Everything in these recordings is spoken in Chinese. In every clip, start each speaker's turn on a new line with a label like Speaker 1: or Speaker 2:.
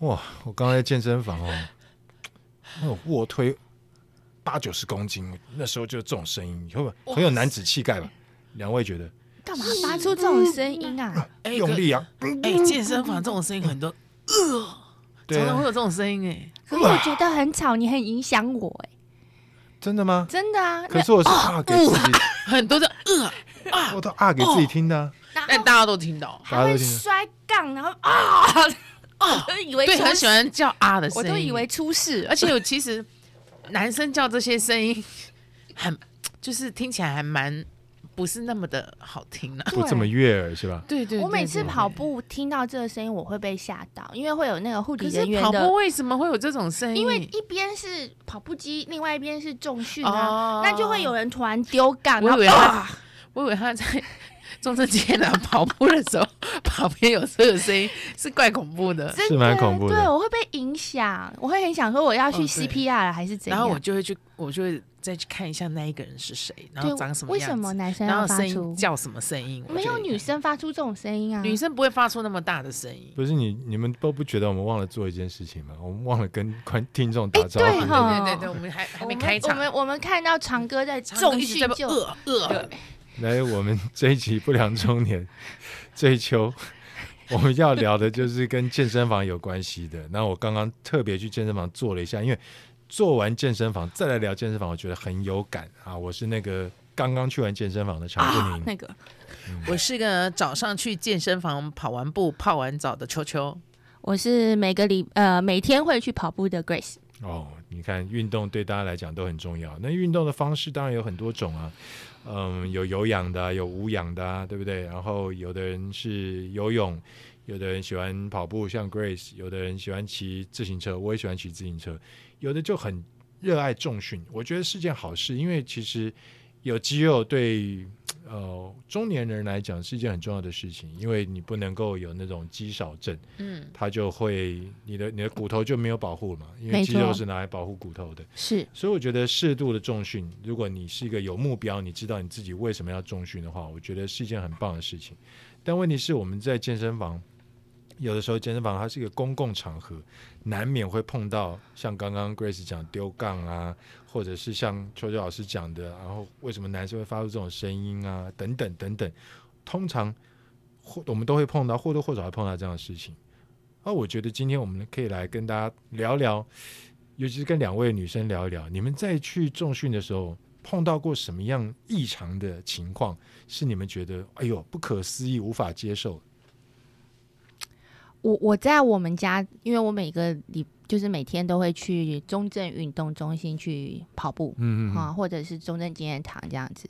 Speaker 1: 哇，我刚才健身房哦，那种卧推八九十公斤，那时候就这种声音，有没有很有男子气概吧？两位觉得
Speaker 2: 干嘛发出这种声音 啊？
Speaker 3: 哎
Speaker 1: 用力啊，
Speaker 3: 可哎，健身房这种声音很多，
Speaker 1: 对
Speaker 3: 常常
Speaker 1: 啊
Speaker 3: 会有这种声音哎。
Speaker 2: 可是我觉得很吵，你很影响我哎、
Speaker 1: 真的吗？
Speaker 2: 真的啊。
Speaker 1: 可是我是啊给自己，
Speaker 3: 很 多的呃，
Speaker 1: 我都啊给自己听的啊，
Speaker 2: 那
Speaker 3: 但
Speaker 2: 然后
Speaker 3: 大家都听到，
Speaker 1: 大家都
Speaker 2: 还会
Speaker 1: 听得。
Speaker 2: 摔杠，然后啊， 我都以为
Speaker 3: 哦对，
Speaker 2: 出
Speaker 3: 很喜欢叫啊的声
Speaker 2: 我
Speaker 3: 音，
Speaker 2: 都以为，出事，
Speaker 3: 而且有其实男生叫这些声音很，就是听起来还蛮不是那么的好听啊呢。
Speaker 1: 不这么悦耳是吧？
Speaker 3: 哦对对，
Speaker 2: 我每次
Speaker 3: 对对
Speaker 2: 跑步听到这个声音，我会被吓到，因为会有那个护理
Speaker 3: 可
Speaker 2: 人
Speaker 3: 是
Speaker 2: 员
Speaker 3: 跑
Speaker 2: 的
Speaker 3: 步，为嗯什么会有这种声音？
Speaker 2: 因为一边是跑步机，另外一边是重训
Speaker 3: 哦
Speaker 2: 啊，那就会有人突然丢杠，
Speaker 3: 我
Speaker 2: 然
Speaker 3: 以
Speaker 2: 后啊
Speaker 3: 为他，我以为他在 中正街南跑步的时候，旁边有这个声音，是怪恐怖的。
Speaker 2: 真
Speaker 1: 是蛮恐怖的
Speaker 2: 对我会被影响，我会很想说我要去
Speaker 3: 哦对
Speaker 2: CPR 了还是怎
Speaker 3: 然
Speaker 2: 样？
Speaker 3: 后我就会去，我就会再去看一下那一个人是谁，然后
Speaker 2: 对
Speaker 3: 长什么
Speaker 2: 为
Speaker 3: 样
Speaker 2: 什
Speaker 3: 子，
Speaker 2: 么男生
Speaker 3: 然
Speaker 2: 要
Speaker 3: 后
Speaker 2: 发
Speaker 3: 声音
Speaker 2: 出？
Speaker 3: 叫什么声音？我
Speaker 2: 没
Speaker 3: 就
Speaker 2: 有
Speaker 3: 会
Speaker 2: 女
Speaker 3: 看，
Speaker 2: 生发出这种声音啊，
Speaker 3: 女生不会发出那么大的声音。
Speaker 1: 不是你你们都不觉得我们忘了做一件事情吗？我们忘了跟观听众打招
Speaker 2: 对
Speaker 1: 呼。
Speaker 2: 哈
Speaker 3: 哎对对对，我们还还
Speaker 2: 哦我
Speaker 3: 没
Speaker 2: 们
Speaker 3: 开
Speaker 2: 我
Speaker 3: 场，
Speaker 2: 们我们看到长哥在
Speaker 3: 长哥
Speaker 2: 重
Speaker 3: 一直在
Speaker 2: 训
Speaker 3: 那边
Speaker 2: 就
Speaker 3: 呃呃，
Speaker 1: 来，我们这一集不良中年追求，我们要聊的就是跟健身房有关系的。那我刚刚特别去健身房做了一下，因为做完健身房再来聊健身房，我觉得很有感啊。我是那个刚刚去完健身房的常
Speaker 2: 啊
Speaker 1: 不宁，
Speaker 2: 那个，
Speaker 3: 我是个早上去健身房跑完步、泡完澡的秋秋。
Speaker 2: 我是每个礼呃每天会去跑步的 Grace，
Speaker 1: 哦，你看运动对大家来讲都很重要。那运动的方式当然有很多种啊，嗯，有有氧的啊、有无氧的、啊，对不对？然后有的人是游泳，有的人喜欢跑步，像 Grace；有的人喜欢骑自行车，我也喜欢骑自行车。有的就很热爱重训，我觉得是件好事，因为其实有肌肉对呃中年人来讲是一件很重要的事情，因为你不能够有那种肌少症。
Speaker 3: 嗯，
Speaker 1: 它就会你的你的骨头就没有保护了嘛，因为
Speaker 2: 没
Speaker 1: 肌
Speaker 2: 错
Speaker 1: 肉是拿来保护骨头的。
Speaker 2: 是
Speaker 1: 所以我觉得适度的重训，如果你是一个有目标，你知道你自己为什么要重训的话，我觉得是一件很棒的事情。但问题是，我们在健身房，有的时候健身房它是一个公共场合，难免会碰到像刚刚 Grace 讲丢杠啊，或者是像秋秋老师讲的，然后为什么男生会发出这种声音啊，等等等等，通常或我们都会碰到，或多或少会碰到这样的事情。那我觉得今天我们可以来跟大家聊聊，尤其是跟两位女生聊一聊，你们在去重训的时候碰到过什么样异常的情况，是你们觉得哎呦不可思议、无法接受？
Speaker 2: 我我在我们家，因为我每个礼就是每天都会去中正运动中心去跑步。
Speaker 1: 嗯
Speaker 2: 啊，或者是中正纪念堂这样子，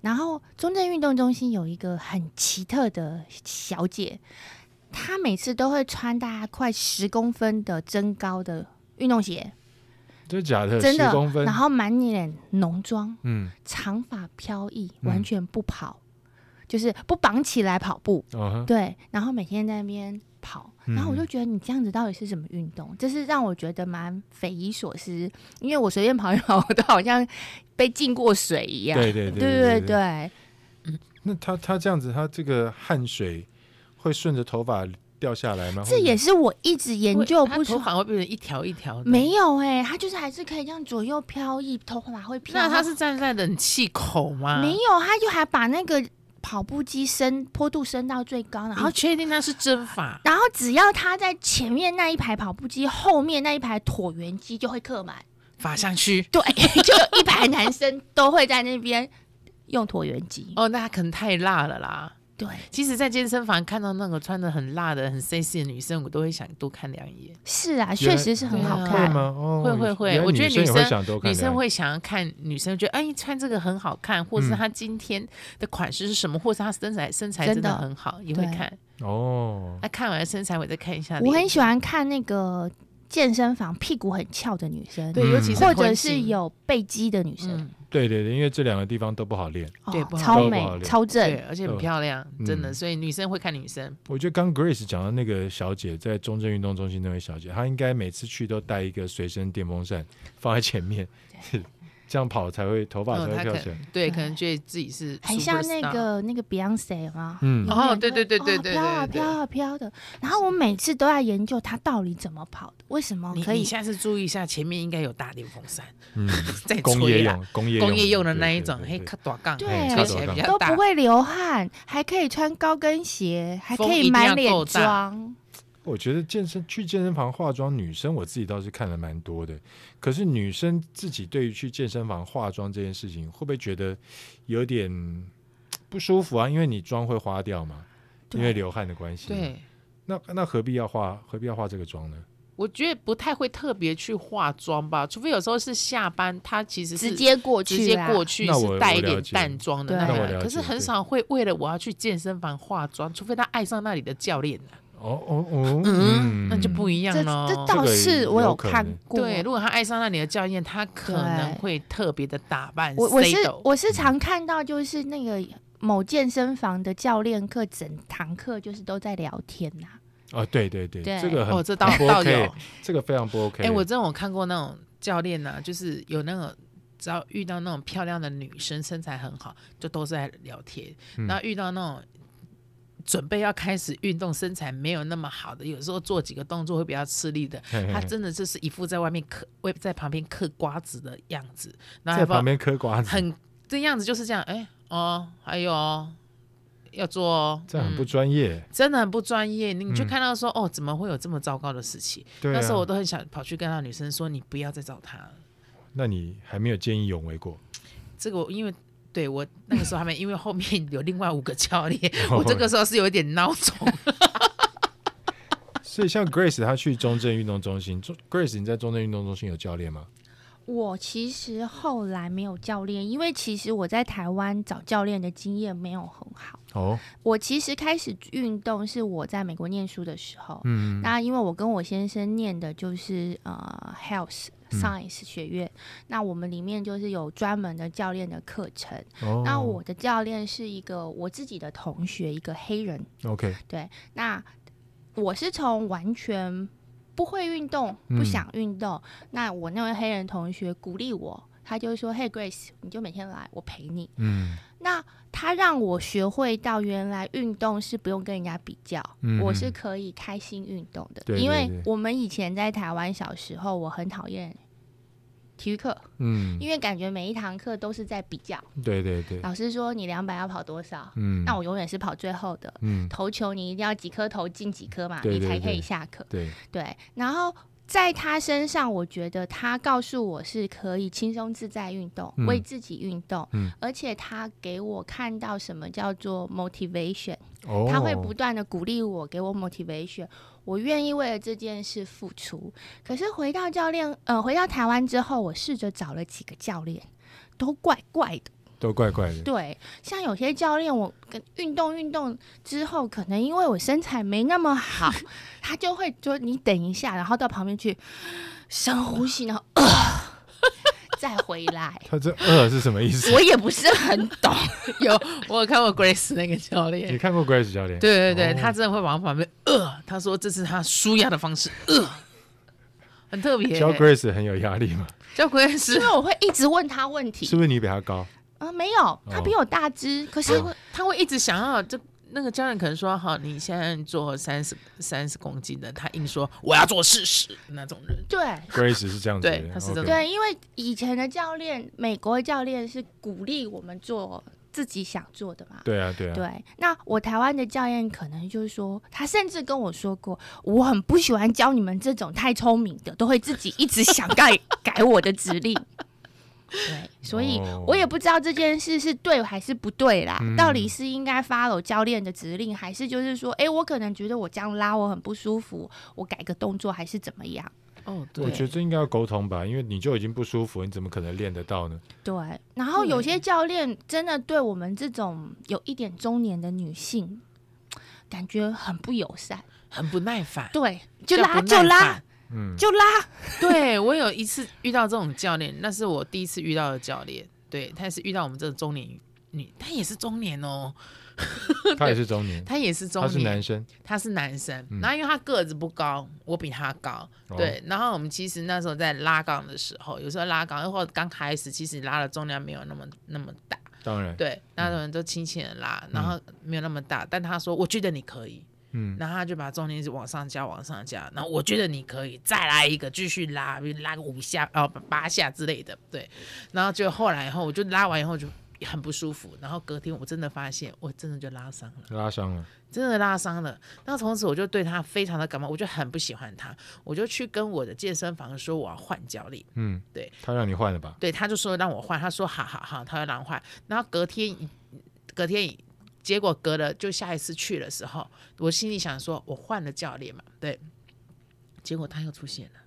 Speaker 2: 然后中正运动中心有一个很奇特的小姐，她每次都会穿大概快十公分的增高的运动鞋，
Speaker 1: 真的假的？
Speaker 2: 真
Speaker 1: 十
Speaker 2: 的
Speaker 1: 公，分
Speaker 2: 然，后满脸浓妆，
Speaker 1: 嗯，
Speaker 2: 长发飘逸，
Speaker 1: 嗯
Speaker 2: 完全不跑，就是不绑起来跑步，
Speaker 1: 哦哈，
Speaker 2: 对，然后每天在那边跑，
Speaker 1: 嗯
Speaker 2: 然后我就觉得你这样子到底是什么运动？这是让我觉得蛮匪夷所思，因为我随便跑一跑，我都好像被浸过水一样。
Speaker 1: 对对对对
Speaker 2: 对对
Speaker 1: 那他他这样子，他这个汗水会顺着头发掉下来吗？
Speaker 2: 这也是我一直研究
Speaker 3: 它
Speaker 2: 不
Speaker 3: 头
Speaker 2: 出。
Speaker 3: 发会变成一条一条的。
Speaker 2: 没有哎、它就是还是可以这样左右飘逸，头发会飘。
Speaker 3: 那他是站在冷气口吗？
Speaker 2: 没有，它就还把那个跑步机升坡度升到最高，然后
Speaker 3: 你确定他是真发？
Speaker 2: 然后只要它在前面那一排跑步机，后面那一排椭圆机就会刻满。
Speaker 3: 法相区？
Speaker 2: 对， 就有一排男生都会在那边用椭圆机。
Speaker 3: 哦，那他可能太辣了啦。
Speaker 2: 对，
Speaker 3: 其实，在健身房看到那个穿的很辣的、很 sexy 的女生，我都会想多看两眼。
Speaker 2: 是
Speaker 1: 原
Speaker 2: 啊，
Speaker 1: 来
Speaker 2: 确实是很好
Speaker 3: 对啊
Speaker 1: 会
Speaker 2: 看。
Speaker 1: 吗？哦，
Speaker 3: 会会会
Speaker 1: 原来
Speaker 3: 我觉得
Speaker 1: 女生也
Speaker 3: 女
Speaker 1: 会
Speaker 3: 生
Speaker 1: 想多看
Speaker 3: 女生
Speaker 1: 两眼
Speaker 3: 会想要看，女生觉得哎，穿这个很好看，或是
Speaker 1: 嗯
Speaker 3: 她今天的款式是什么，或是她身材身材真
Speaker 2: 真
Speaker 3: 的
Speaker 2: 的
Speaker 3: 很好，也会
Speaker 2: 对
Speaker 3: 看。
Speaker 1: 哦，
Speaker 3: 那看完身材，我再看一下脸。
Speaker 2: 我很喜欢看那个健身房屁股很翘的女生，
Speaker 3: 对，
Speaker 1: 嗯
Speaker 3: 尤其是
Speaker 2: 或者
Speaker 3: 臀
Speaker 2: 是
Speaker 3: 型
Speaker 2: 有背肌的女生，
Speaker 3: 嗯，
Speaker 1: 对对对，因为这两个地方都不好练。
Speaker 2: 哦
Speaker 3: 对不好
Speaker 2: 超
Speaker 1: 都不好
Speaker 2: 美
Speaker 1: 练
Speaker 2: 超
Speaker 3: 对
Speaker 2: 正。，
Speaker 3: 而且很
Speaker 1: 对
Speaker 3: 漂亮，真的。
Speaker 1: 嗯
Speaker 3: 所以女生会看女生。
Speaker 1: 我觉得刚 Grace 讲到那个小姐，在中正运动 中心那位小姐，她应该每次去都带一个随身电风扇放在前面， 这样跑才会头发才
Speaker 3: 嗯，
Speaker 1: 会
Speaker 3: 他
Speaker 1: 飘
Speaker 3: 可
Speaker 1: 起来。
Speaker 3: 对，可能觉得自己是
Speaker 2: 很像那
Speaker 3: superstar
Speaker 2: 个那个 Beyonce 吗？
Speaker 1: 嗯
Speaker 2: 有
Speaker 3: 哦
Speaker 2: 没有人
Speaker 3: 对对对
Speaker 2: 会哦
Speaker 3: 对对
Speaker 2: 飘啊
Speaker 3: 对
Speaker 2: 飘啊飘的。然后我每次都在研究它到底怎么跑的，为什么
Speaker 3: 你
Speaker 2: 可
Speaker 3: 你
Speaker 2: 以？
Speaker 3: 下次注意一下，前面应该有大电风扇，
Speaker 1: 嗯，
Speaker 3: 在
Speaker 1: 工业用工业
Speaker 3: 工业用的
Speaker 1: 对
Speaker 3: 那
Speaker 1: 对
Speaker 3: 一种，
Speaker 1: 对
Speaker 3: 嘿，
Speaker 1: 对哎
Speaker 3: 卡短杠，
Speaker 2: 对
Speaker 1: 嘿
Speaker 3: 吹起来比较
Speaker 2: 都
Speaker 3: 大，
Speaker 2: 不会流汗，还可以穿高跟鞋，还
Speaker 3: 风
Speaker 2: 可
Speaker 3: 一
Speaker 2: 以
Speaker 3: 定
Speaker 2: 买
Speaker 3: 要
Speaker 2: 脸
Speaker 3: 够大
Speaker 2: 妆。
Speaker 1: 我觉得健身去健身房化妆，女生我自己倒是看了蛮多的。可是女生自己对于去健身房化妆这件事情，会不会觉得有点不舒服啊？因为你妆会花掉嘛，因为
Speaker 2: 对
Speaker 1: 流汗的关系。，
Speaker 3: 对。
Speaker 1: 那那何必要化？何必要化这个妆呢？
Speaker 3: 我觉得不太会特别去化妆吧，除非有时候是下班，他其实是
Speaker 2: 直接过去，
Speaker 3: 直接过。去
Speaker 1: 那我
Speaker 3: 是带一
Speaker 1: 我了
Speaker 3: 点
Speaker 1: 解
Speaker 3: 淡妆的
Speaker 2: 对
Speaker 3: 那
Speaker 2: 那我
Speaker 3: 种
Speaker 1: 了
Speaker 3: 人，
Speaker 1: 解
Speaker 3: 可是很少会为了我要去健身房化妆，除非他爱上那里的教练啊
Speaker 1: 哦哦哦，
Speaker 3: 嗯，那就不一样
Speaker 2: 这
Speaker 3: 喽。
Speaker 2: 这
Speaker 1: 这
Speaker 2: 倒
Speaker 1: 个
Speaker 2: 是我
Speaker 1: 有可
Speaker 2: 看
Speaker 1: 能
Speaker 2: 过，
Speaker 3: 对，如果他爱上那里的教练，他可能会特别的打扮。
Speaker 2: 我我是
Speaker 3: style
Speaker 2: 我
Speaker 1: 嗯
Speaker 2: 是常看到，就是那个某健身房的教练课，整堂课就是都在聊天呐、
Speaker 1: 啊，对对对，
Speaker 2: 对
Speaker 1: 这个很
Speaker 3: 哦，这倒
Speaker 1: 不
Speaker 3: 倒有
Speaker 1: OK，。这个非常不 OK。
Speaker 3: 哎，我真的我看过那种教练呐，就是有那种。只要遇到那种漂亮的女生，身材很好，就都是在聊天。
Speaker 1: 嗯
Speaker 3: 然后遇到那种准备要开始运动、身材没有那么好的，有时候做几个动作会比较吃力的，
Speaker 1: 嘿嘿嘿
Speaker 3: 他真的就是一副在外面嗑，为在旁边嗑瓜子的样子，然后
Speaker 1: 在
Speaker 3: 还把
Speaker 1: 旁边嗑瓜子，
Speaker 3: 很这样子就是这样，哎、哦，还有哦要做哦，
Speaker 1: 这样很不
Speaker 3: 嗯
Speaker 1: 专业。
Speaker 3: 真的很不专业。你就
Speaker 1: 嗯
Speaker 3: 看到说，哦，怎么会有这么糟糕的事情？
Speaker 1: 对啊，
Speaker 3: 那时候我都很想跑去跟那女生说，你不要再找他了。
Speaker 1: 那你还没有见义勇为过，
Speaker 3: 这个我因为。对我那个时候还没，因为后面有另外五个教练，
Speaker 1: 哦
Speaker 3: 我这个时候是有一点孬 种。
Speaker 1: 所以像 Grace 她去中正运动中心中，Grace 你在中正运动中心有教练吗？
Speaker 2: 我其实后来没有教练，因为其实我在台湾找教练的经验没有很好。
Speaker 1: 哦，
Speaker 2: 我其实开始运动是我在美国念书的时候，
Speaker 1: 嗯，
Speaker 2: 那因为我跟我先生念的就是呃 health。Science
Speaker 1: 嗯
Speaker 2: 学院，那我们里面就是有专门的教练的课程。
Speaker 1: 哦
Speaker 2: 那我的教练是一个我自己的同学，一个黑人
Speaker 1: OK，
Speaker 2: 那我是从完全不会运动、不
Speaker 1: 嗯
Speaker 2: 想运动，那我那位黑人同学鼓励我，他就说：“Hey Grace，你就每天来，我陪你。
Speaker 1: 嗯，”
Speaker 2: 那他让我学会到原来运动是不用跟人家比较，
Speaker 1: 嗯
Speaker 2: 我
Speaker 1: 哼
Speaker 2: 是可以开心运动的。
Speaker 1: 对
Speaker 2: 因
Speaker 1: 对
Speaker 2: 为
Speaker 1: 对
Speaker 2: 我们以前在台湾小时候，我很讨厌体育课，
Speaker 1: 嗯，
Speaker 2: 因为感觉每一堂课都是在比较。
Speaker 1: 对对对，
Speaker 2: 老师说你两百要跑多少，
Speaker 1: 嗯，
Speaker 2: 那我永远是跑最后的。
Speaker 1: 嗯，
Speaker 2: 投球你一定要几颗投进几颗嘛，
Speaker 1: 对对
Speaker 2: 你才可
Speaker 1: 对
Speaker 2: 以下课。
Speaker 1: 对，
Speaker 2: 对，然后在他身上，我觉得他告诉我是可以轻松自在运动，
Speaker 1: 嗯
Speaker 2: 为自己运动，
Speaker 1: 嗯
Speaker 2: 而且他给我看到什么叫做 motivation，、
Speaker 1: 哦，
Speaker 2: 他会不断的鼓励我，给我 motivation。我愿意为了这件事付出，可是回到教练，呃，回到台湾之后，我试着找了几个教练，都怪怪的。
Speaker 1: 都怪怪的，。
Speaker 2: 对，像有些教练，我跟运动运动之后，可能因为我身材没那么好，他就会说你等一下，然后到旁边去深呼吸，然后、呃、再回来
Speaker 1: 他这二是什么意思？
Speaker 2: 我也不是很懂，
Speaker 3: 有，我有看过 Grace 那个教练
Speaker 1: 你，看过 Grace 教练？
Speaker 3: 对对对，
Speaker 1: 哦
Speaker 3: 他真的会往旁边呃，他说这是他舒压的方式，呃，很特别、
Speaker 1: 教
Speaker 3: 欸。
Speaker 1: Grace 很有压力吗？
Speaker 3: 教鬼
Speaker 2: 因
Speaker 3: 是
Speaker 2: 为我会一直问他问
Speaker 1: 是
Speaker 2: 题。
Speaker 1: 不是你比他 高？
Speaker 2: 啊、没有，他比我大只，可是
Speaker 1: 哦
Speaker 3: 他会一直想要就。那个教练可能说：“好，你现在做三十三十公斤的，他硬说我要做四十那种人，
Speaker 2: 对
Speaker 1: Grace 是这样子的，
Speaker 3: 对他是这
Speaker 1: OK
Speaker 3: 种
Speaker 2: 对，因为以前的教练，美国的教练是鼓励我们做自己想做的嘛。
Speaker 1: 对啊，对啊，
Speaker 2: 对，那我台湾的教练可能就是说，他甚至跟我说过，我很不喜欢教你们这种太聪明的，都会自己一直想改 改我的指令。对，所以
Speaker 1: 哦
Speaker 2: 我也不知道这件事是对还是不对啦，
Speaker 1: 嗯
Speaker 2: 到底是应该 follow 教练的指令，还是就是说，哎，我可能觉得我这样拉我很不舒服，我改个动作还是怎么样？
Speaker 3: 哦，
Speaker 1: 我觉得
Speaker 3: 对，
Speaker 1: 这应该要沟通吧，因为你就已经不舒服，你怎么可能练得到呢？
Speaker 2: 对，然后有些
Speaker 3: 对
Speaker 2: 教练真的对我们这种有一点中年的女性，感觉很不友善。
Speaker 3: 很不耐烦，
Speaker 2: 对，就
Speaker 3: 叫
Speaker 2: 拉
Speaker 3: 不
Speaker 2: 就
Speaker 3: 耐
Speaker 2: 拉
Speaker 3: 烦。
Speaker 1: 嗯，
Speaker 2: 就拉，
Speaker 3: 对我有一次遇到这种教练，那是我 第一次遇到的教练，对他也是遇到我们这个中年女，她也是中年哦，
Speaker 1: 他也是中年，
Speaker 3: 他也是中
Speaker 1: 他
Speaker 3: 年，
Speaker 1: 是男生，
Speaker 3: 他是男生，然后因为他个子不高，我比他高，
Speaker 1: 哦
Speaker 3: 对。然后我们其实那时候在拉杠的时候，有时候拉杠，或者刚开始，其实拉的重量没有那么那么大，
Speaker 1: 当然，
Speaker 3: 对，那种人都轻轻的拉，然后没有那么大。但他说，我觉得你可以，
Speaker 1: 嗯，
Speaker 3: 然后他就把重量一直往上加，往上加。然后我觉得你可以，再来一个，继续拉，比如拉个五下，哦，八下之类的，对。然后就后来以后，我就拉完以后就很不舒服，然后隔天我真的发现，我真的就拉伤了。
Speaker 1: 拉伤了，
Speaker 3: 真的拉伤了。那从此我就对他非常的感冒，我就很不喜欢他，我就去跟我的健身房说我要换教练。
Speaker 1: 嗯，
Speaker 3: 对，
Speaker 1: 他让你换了吧？
Speaker 3: 对，他就说让我换，他说好好好，他要让我换。然后隔天，隔天，结果隔了就下一次去的时候，我心里想说我换了教练嘛，对，结果他又出现了。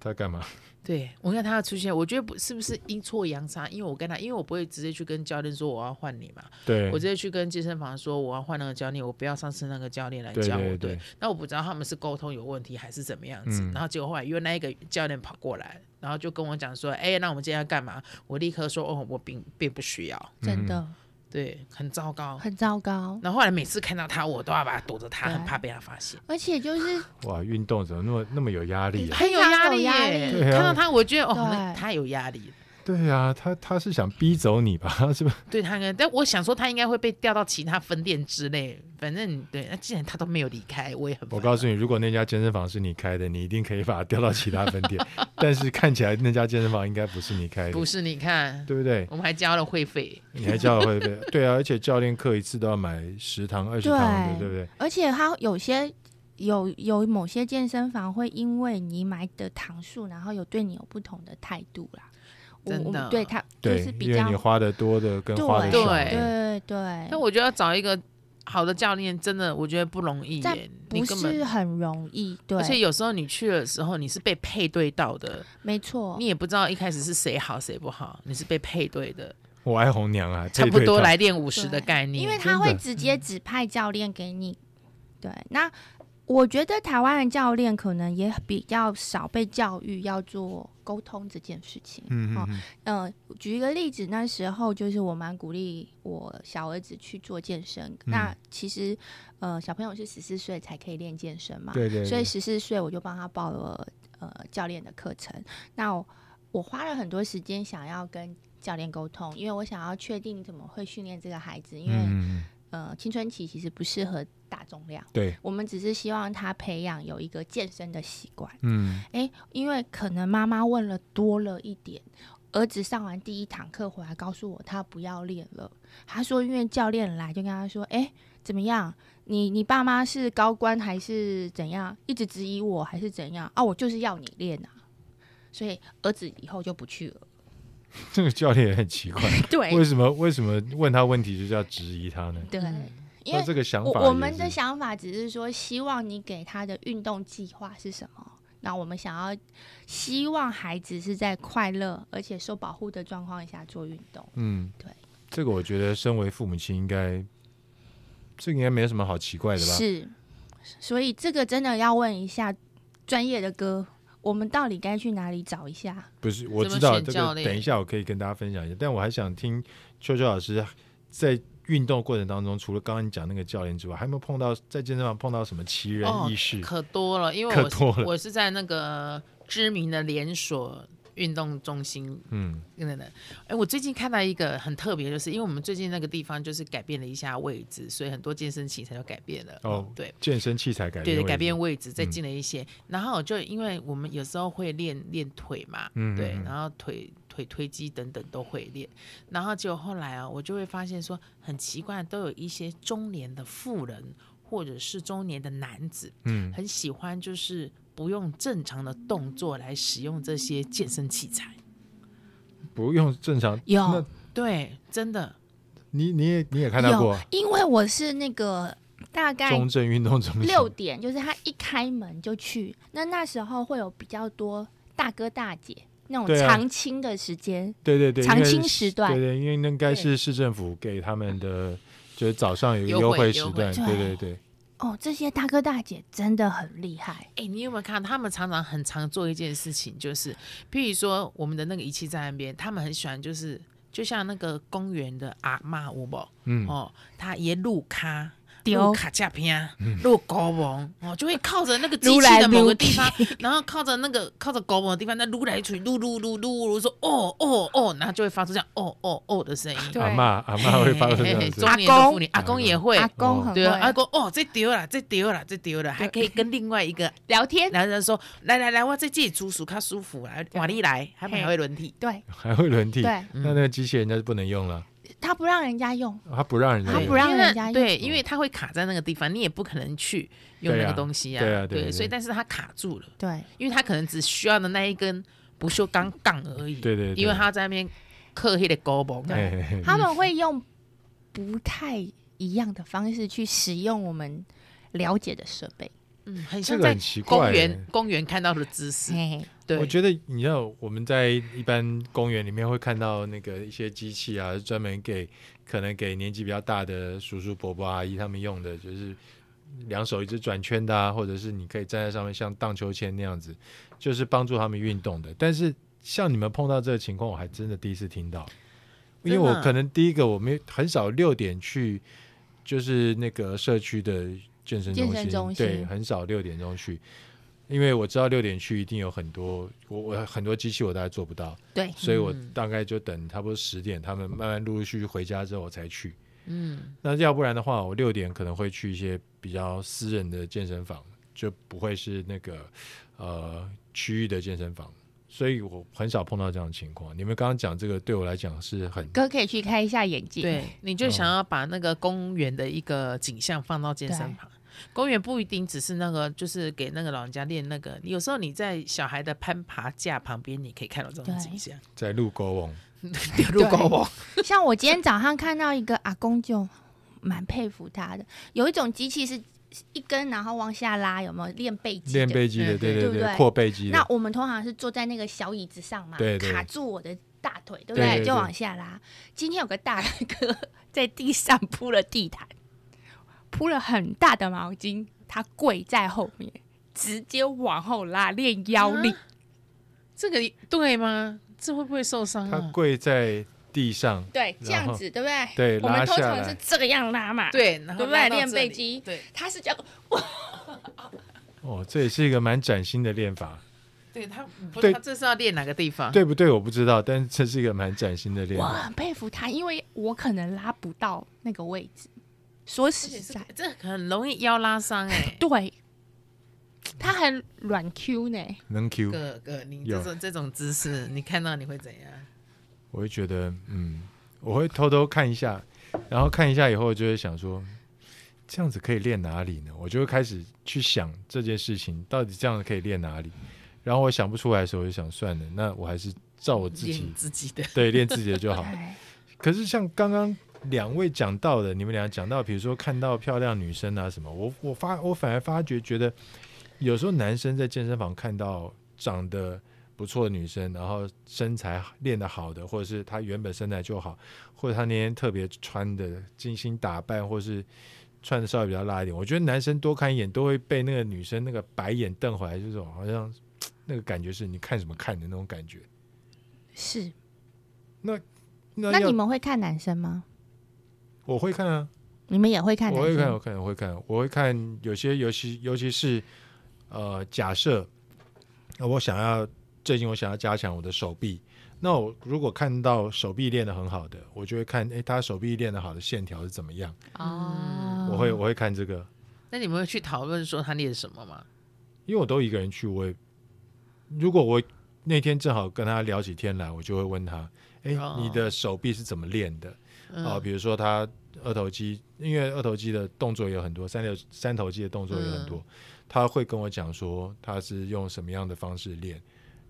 Speaker 1: 他干嘛？
Speaker 3: 对，我看他的出现，我觉得不是不是阴错阳差，因为我跟他，因为我不会直接去跟教练说我要换你嘛，
Speaker 1: 对
Speaker 3: 我，直接去跟健身房说我要换那个教练，我不要上次那个教练来
Speaker 1: 对
Speaker 3: 教我。
Speaker 1: 对对
Speaker 3: 那我不知道他们是沟通有问题还是怎么样子。
Speaker 1: 嗯
Speaker 3: 然后结果后来因为那一个教练跑过来，然后就跟我讲说：“哎、那我们今天要干嘛？”我立刻说：“哦，我并并不需要。
Speaker 1: 嗯
Speaker 2: 真的、”
Speaker 3: 对，很糟糕。
Speaker 2: 很糟糕。
Speaker 3: 然后后来每次看到他，我都要把他躲着他，
Speaker 2: 对
Speaker 3: 很怕被他发现，
Speaker 2: 而且就是
Speaker 1: 哇，运动怎么那么那么有压力 啊？
Speaker 3: 很有
Speaker 2: 非常
Speaker 3: 压
Speaker 2: 有
Speaker 3: 力耶。
Speaker 2: 压力
Speaker 1: 对啊
Speaker 3: 看到他，我觉得哦，
Speaker 2: 对
Speaker 3: 那他有压力。
Speaker 1: 对啊，他他是想逼走你吧？ 是吧？
Speaker 3: 对他跟，但我想说他应该会被调到其他分店之类。反正对，那既然他都没有离开，我也很
Speaker 1: 我
Speaker 3: 烦啊
Speaker 1: 告诉你，如果那家健身房是你开的，你一定可以把它调到其他分 店。但是看起来那家健身房应该不是你开的
Speaker 3: 不，是你看，
Speaker 1: 对不对？
Speaker 3: 我们还交了会费。
Speaker 1: 你还交了会费？ 对啊，而且教练课一次都要买十堂、二十堂的，对不对？
Speaker 2: 而且它有些有有某些健身房会因为你买的堂数，然后有对你有不同的态度啦。我
Speaker 3: 真
Speaker 2: 我
Speaker 3: 的
Speaker 2: 对他就
Speaker 1: 对
Speaker 2: 是，比
Speaker 1: 因为
Speaker 2: 较
Speaker 1: 你花的多的跟花的
Speaker 2: 对
Speaker 1: 少的，
Speaker 2: 对对
Speaker 3: 那，我觉得要找一个好的教练，真的我觉得不容易
Speaker 2: 但
Speaker 3: 耶，你
Speaker 2: 不
Speaker 3: 根
Speaker 2: 是
Speaker 3: 本。
Speaker 2: 很容易，
Speaker 3: 而且
Speaker 2: 对，
Speaker 3: 有时候你去的时候，你是被配对到的，
Speaker 2: 没错
Speaker 3: 你，也不知道一开始是谁好谁不好，你是被配对的，
Speaker 1: 我爱红娘啊，
Speaker 3: 差
Speaker 1: 配
Speaker 3: 不
Speaker 1: 对
Speaker 3: 多
Speaker 1: 套
Speaker 3: 来练五十的
Speaker 2: 对
Speaker 3: 概念。
Speaker 2: 因为
Speaker 1: 真
Speaker 2: 他会
Speaker 1: 的嗯
Speaker 2: 直接指派教练给你。对，那我觉得台湾的教练可能也比较少被教育要做沟通这件事情。
Speaker 1: 嗯
Speaker 2: 哦
Speaker 1: 嗯嗯，
Speaker 2: 嗯，举一个例子，那时候就是我蛮鼓励我小儿子去做健身。
Speaker 1: 嗯
Speaker 2: 那其实，呃，小朋友是十四岁才可以练健身嘛，
Speaker 1: 对对，
Speaker 2: 哦所以
Speaker 1: 对
Speaker 2: 十四岁我就帮他报了呃教练的课程。那我我花了很多时间想要跟教练沟通，因为我想要确定怎么会训练这个孩子，因为、
Speaker 1: 嗯嗯嗯
Speaker 2: 呃青春期其实不适合大重量，
Speaker 1: 对，
Speaker 2: 我们只是希望他培养有一个健身的习惯。
Speaker 1: 嗯，
Speaker 2: 诶，因为可能妈妈问了多了一点，儿子上完第一堂课回来告诉我他不要练了。他说因为教练来就跟他说，诶，怎么样？你你爸妈是高官还是怎样？一直质疑我还是怎样啊？我就是要你练啊！所以儿子以后就不去了。
Speaker 1: 这个教练也很奇怪，
Speaker 2: 对
Speaker 1: 为什么为什么问他问题就是要质疑他呢？
Speaker 2: 对，
Speaker 3: 嗯
Speaker 2: 因为
Speaker 1: 那这个想
Speaker 2: 我
Speaker 1: 法
Speaker 2: 我
Speaker 1: 也
Speaker 2: 们的
Speaker 1: 是
Speaker 2: 想法只是说，希望你给他的运动计划是什么？那我们想要希望孩子是在快乐而且受保护的状况下做运动。
Speaker 1: 嗯，
Speaker 2: 对，
Speaker 1: 这个我觉得身为父母亲应该，这个应该没有什么好奇怪的吧？
Speaker 2: 是，所以这个真的要问一下专业的哥，我们到底该去哪里找一下？
Speaker 1: 不是，我
Speaker 3: 怎么
Speaker 1: 知道
Speaker 3: 选
Speaker 1: 这
Speaker 3: 教
Speaker 1: 个，
Speaker 3: 练
Speaker 1: 等一下我可以跟大家分享一下，但我还想听秋秋老师在。运动过程当中，除了刚刚你讲那个教练之外，还有没有碰到在健身房碰到什么奇人
Speaker 3: 哦
Speaker 1: 异事？
Speaker 3: 可多了，因为
Speaker 1: 可
Speaker 3: 我是
Speaker 1: 多了
Speaker 3: 我是在那个知名的连锁运动中心
Speaker 1: 嗯，
Speaker 3: 等等。哎，我最近看到一个很特别，就是因为我们最近那个地方就是改变了一下位置，所以很多健身器材都改变了。
Speaker 1: 哦
Speaker 3: 对。
Speaker 1: 健身器材改
Speaker 3: 对
Speaker 1: 变，
Speaker 3: 对，改变，位置，再
Speaker 1: 嗯
Speaker 3: 进了一些。然后就因为我们有时候会练练腿嘛，
Speaker 1: 嗯
Speaker 3: 对
Speaker 1: 嗯嗯，
Speaker 3: 然后腿腿推肌等等都会练。然后就后来啊，我就会发现说，很奇怪，都有一些中年的妇人或者是中年的男子，
Speaker 1: 嗯，
Speaker 3: 很喜欢就是不用正常的动作来使用这些健身器材。
Speaker 1: 不用正常。那
Speaker 2: 有
Speaker 3: 对，真的，
Speaker 1: 你你也你也看到
Speaker 2: 有
Speaker 1: 过，
Speaker 2: 因为我是那个大概
Speaker 1: 中正运动中心
Speaker 2: 六点，就是他一开门就去。那那时候会有比较多大哥大姐那种
Speaker 1: 对啊
Speaker 2: 长青的时间，
Speaker 1: 对对对，
Speaker 2: 长
Speaker 1: 因为
Speaker 2: 青
Speaker 1: 是
Speaker 2: 时段
Speaker 1: 对对，因为那应该是市政府给他们的，就是早上有一个
Speaker 3: 优
Speaker 1: 优
Speaker 3: 惠
Speaker 1: 惠
Speaker 3: 优
Speaker 1: 时
Speaker 3: 惠
Speaker 1: 段，
Speaker 2: 对
Speaker 1: 对对对，
Speaker 2: 哦，这些大哥大姐真的很厉害。
Speaker 3: 哎、你有没有看到他们常常很常做一件事情，就是譬如说我们的那个仪器在那边，他们很喜欢就是。就像那个公园的阿嬷有无？
Speaker 1: 嗯，
Speaker 3: 哦，他也路卡。
Speaker 2: 对
Speaker 3: 路卡架片，路高蒙哦，就会靠着那个机
Speaker 2: 撸
Speaker 3: 器
Speaker 2: 来
Speaker 3: 的某
Speaker 2: 撸
Speaker 3: 个地方，然后靠着那个靠着高蒙的地方，那撸来去撸撸撸撸撸，说哦哦哦，然后就会发出这样哦哦哦 的声音。
Speaker 2: 对
Speaker 1: 阿嬷阿嬷会发出这
Speaker 3: 嘿嘿
Speaker 1: 样
Speaker 3: 嘿
Speaker 1: 子
Speaker 3: 中，年的妇女，阿
Speaker 1: 嗯
Speaker 3: 公也会
Speaker 2: 阿，公很
Speaker 3: 对
Speaker 2: 会
Speaker 3: 啊，阿公哦，这丢了，这丢了，这丢了，还可以跟另外一个
Speaker 2: 聊天，
Speaker 3: 男人说，来来来，我这己煮熟，他舒服，来瓦力来，他们还会轮替。
Speaker 2: 对
Speaker 1: 还会轮替。
Speaker 2: 对，
Speaker 1: 那那
Speaker 3: 嗯
Speaker 1: 个机器人家就不能用了，
Speaker 2: 他不让人家用，
Speaker 1: 他不让人家
Speaker 2: 他
Speaker 1: 用
Speaker 2: 不让人家
Speaker 3: 因为
Speaker 2: 用哦
Speaker 3: 对，因为它会卡在那个地方，你也不可能去用
Speaker 1: 对啊
Speaker 3: 那个东西
Speaker 1: 对啊对对
Speaker 3: 所以但是它卡住了，
Speaker 2: 对，
Speaker 3: 因为它可能只需要的那一根不锈钢杠而已。
Speaker 1: 对对对哎
Speaker 3: 因为它在那边刻黑的勾啊蒙。
Speaker 1: 嘿嘿嘿
Speaker 2: 他们会用不太一样的方式去使用我们了解的设备。
Speaker 3: 嗯，很
Speaker 1: 这
Speaker 3: 像
Speaker 1: 个
Speaker 3: 在
Speaker 1: 很奇怪
Speaker 3: 公
Speaker 1: 欸
Speaker 3: 园公园看到的姿势。
Speaker 2: 嘿，
Speaker 3: 对，
Speaker 1: 我觉得你知道我们在一般公园里面会看到那个一些机器啊，专门给可能给年纪比较大的叔叔、伯伯、阿姨他们用的，就是两手一直转圈的啊，或者是你可以站在上面像荡秋千那样子，就是帮助他们运动的。但是像你们碰到这个情况，我还真的第一次听到，因为
Speaker 3: 真的
Speaker 1: 我
Speaker 3: 啊
Speaker 1: 可能第一个我没很少六点去，就是那个社区的健身
Speaker 2: 健
Speaker 1: 中
Speaker 2: 身
Speaker 1: 心，
Speaker 2: 中
Speaker 1: 对，
Speaker 2: 心
Speaker 1: 很少六点钟去。因为我知道六点去一定有很多，我我很多机器我大概做不到，
Speaker 2: 对，
Speaker 1: 所以我
Speaker 3: 嗯
Speaker 1: 大概就等差不多十点，他们慢慢陆陆续续回家之后我才去。
Speaker 3: 嗯，
Speaker 1: 那要不然的话，我六点可能会去一些比较私人的健身房，就不会是那个呃区域的健身房，所以我很少碰到这样的情况。你们刚刚讲这个对我来讲是很
Speaker 2: 哥可以去开一下眼界。
Speaker 3: 对，你就想要把那个公园的一个景象放到健身房。公园不一定只是那个，就是给那个老人家练那个。有时候你在小孩的攀爬架旁边，你可以看到这种
Speaker 2: 对
Speaker 3: 景象。
Speaker 1: 在路沟哦网，
Speaker 3: 丢入
Speaker 2: 对
Speaker 3: 狗网，
Speaker 2: 像我今天早上看到一个阿公，就蛮佩服他的。有一种机器是一根，然后往下拉，有没有练背肌的？
Speaker 1: 练背肌的，
Speaker 3: 嗯对
Speaker 1: 对
Speaker 2: 对不
Speaker 1: 对，
Speaker 2: 对
Speaker 1: 扩背肌
Speaker 2: 那
Speaker 1: 的，
Speaker 2: 我们通常是坐在那个小椅子上嘛，
Speaker 1: 对对
Speaker 2: 卡住我的大腿，对不
Speaker 1: 对对对
Speaker 2: 就往下拉。今天有个大哥在地上铺了地毯，铺了很大的毛巾，他跪在后面，直接往后拉练腰力。
Speaker 3: 啊这个对吗？这会不会受伤
Speaker 1: 他
Speaker 3: 啊？
Speaker 1: 跪在地上，
Speaker 2: 对，
Speaker 1: 然后
Speaker 2: 这样子对不对？
Speaker 1: 对
Speaker 2: 我们
Speaker 1: 拉
Speaker 2: 通
Speaker 1: 下
Speaker 2: 常
Speaker 1: 来
Speaker 2: 是这样拉嘛。，
Speaker 3: 对，然后
Speaker 2: 对不对
Speaker 3: 拉到
Speaker 2: 练
Speaker 3: 这里
Speaker 2: 背肌
Speaker 3: 对
Speaker 2: 他是这样，
Speaker 1: 哦，这也是一个蛮崭新的练法。
Speaker 3: 对，他不
Speaker 1: 对
Speaker 3: 是他这是要练哪个地方？
Speaker 1: 对不对？我不知道，但是这是一个蛮崭新的练
Speaker 2: 我
Speaker 1: 法。
Speaker 2: 很佩服他，因为我可能拉不到那个位置。说
Speaker 3: 而且
Speaker 2: 实
Speaker 3: 是
Speaker 2: 在，。
Speaker 3: 这很容易腰拉伤哎
Speaker 2: 对，他很软 Q 呢。
Speaker 1: 能 Q，
Speaker 3: 哥哥，你
Speaker 1: 有
Speaker 3: 这种这种姿势，你看到你会怎样？
Speaker 1: 我会觉得，嗯，我会偷偷看一下，然后看一下以后就会想说，这样子可以练哪里呢？我就会开始去想这件事情到底这样子可以练哪里。然后我想不出来的时候，我就想算了，那我还是照我自
Speaker 3: 练
Speaker 1: 己
Speaker 3: 你自己的，
Speaker 1: 对练自己的就好。
Speaker 2: 哎
Speaker 1: 可是像刚刚两位讲到的，你们俩讲到，比如说看到漂亮女生啊什么，我我发我反而发觉觉得，有时候男生在健身房看到长得不错的女生，然后身材练得好的，或者是她原本身材就好，或者她那天特别穿的精心打扮，或是穿的稍微比较辣一点，我觉得男生多看一眼都会被那个女生那个白眼瞪回来，这种好像那个感觉是你看什么看的那种感觉。
Speaker 2: 是，
Speaker 1: 那
Speaker 2: 那
Speaker 1: 要
Speaker 2: 你们会看男生吗？
Speaker 1: 我会看啊。
Speaker 2: 你们也会看男
Speaker 1: 我
Speaker 2: 生？
Speaker 1: 会看，我看，我会看，我会看有些，尤其尤其是呃，假设呃我想要最近我想要加强我的手臂，那我如果看到手臂练得很好的，我就会看，诶，他手臂练得好的线条是怎么样？
Speaker 2: 哦，
Speaker 3: 啊
Speaker 1: 我会我会看这个，
Speaker 3: 嗯那你们会去讨论说他练什么吗？
Speaker 1: 因为我都一个人去，我也如果我那天正好跟他聊起天来，我就会问他，诶，
Speaker 3: 哦
Speaker 1: 你的手臂是怎么练的？
Speaker 3: 嗯
Speaker 1: 啊、比如说他二头肌，因为二头肌的动作也有很多，三头三头肌的动作也很
Speaker 3: 嗯
Speaker 1: 多，他会跟我讲说他是用什么样的方式练，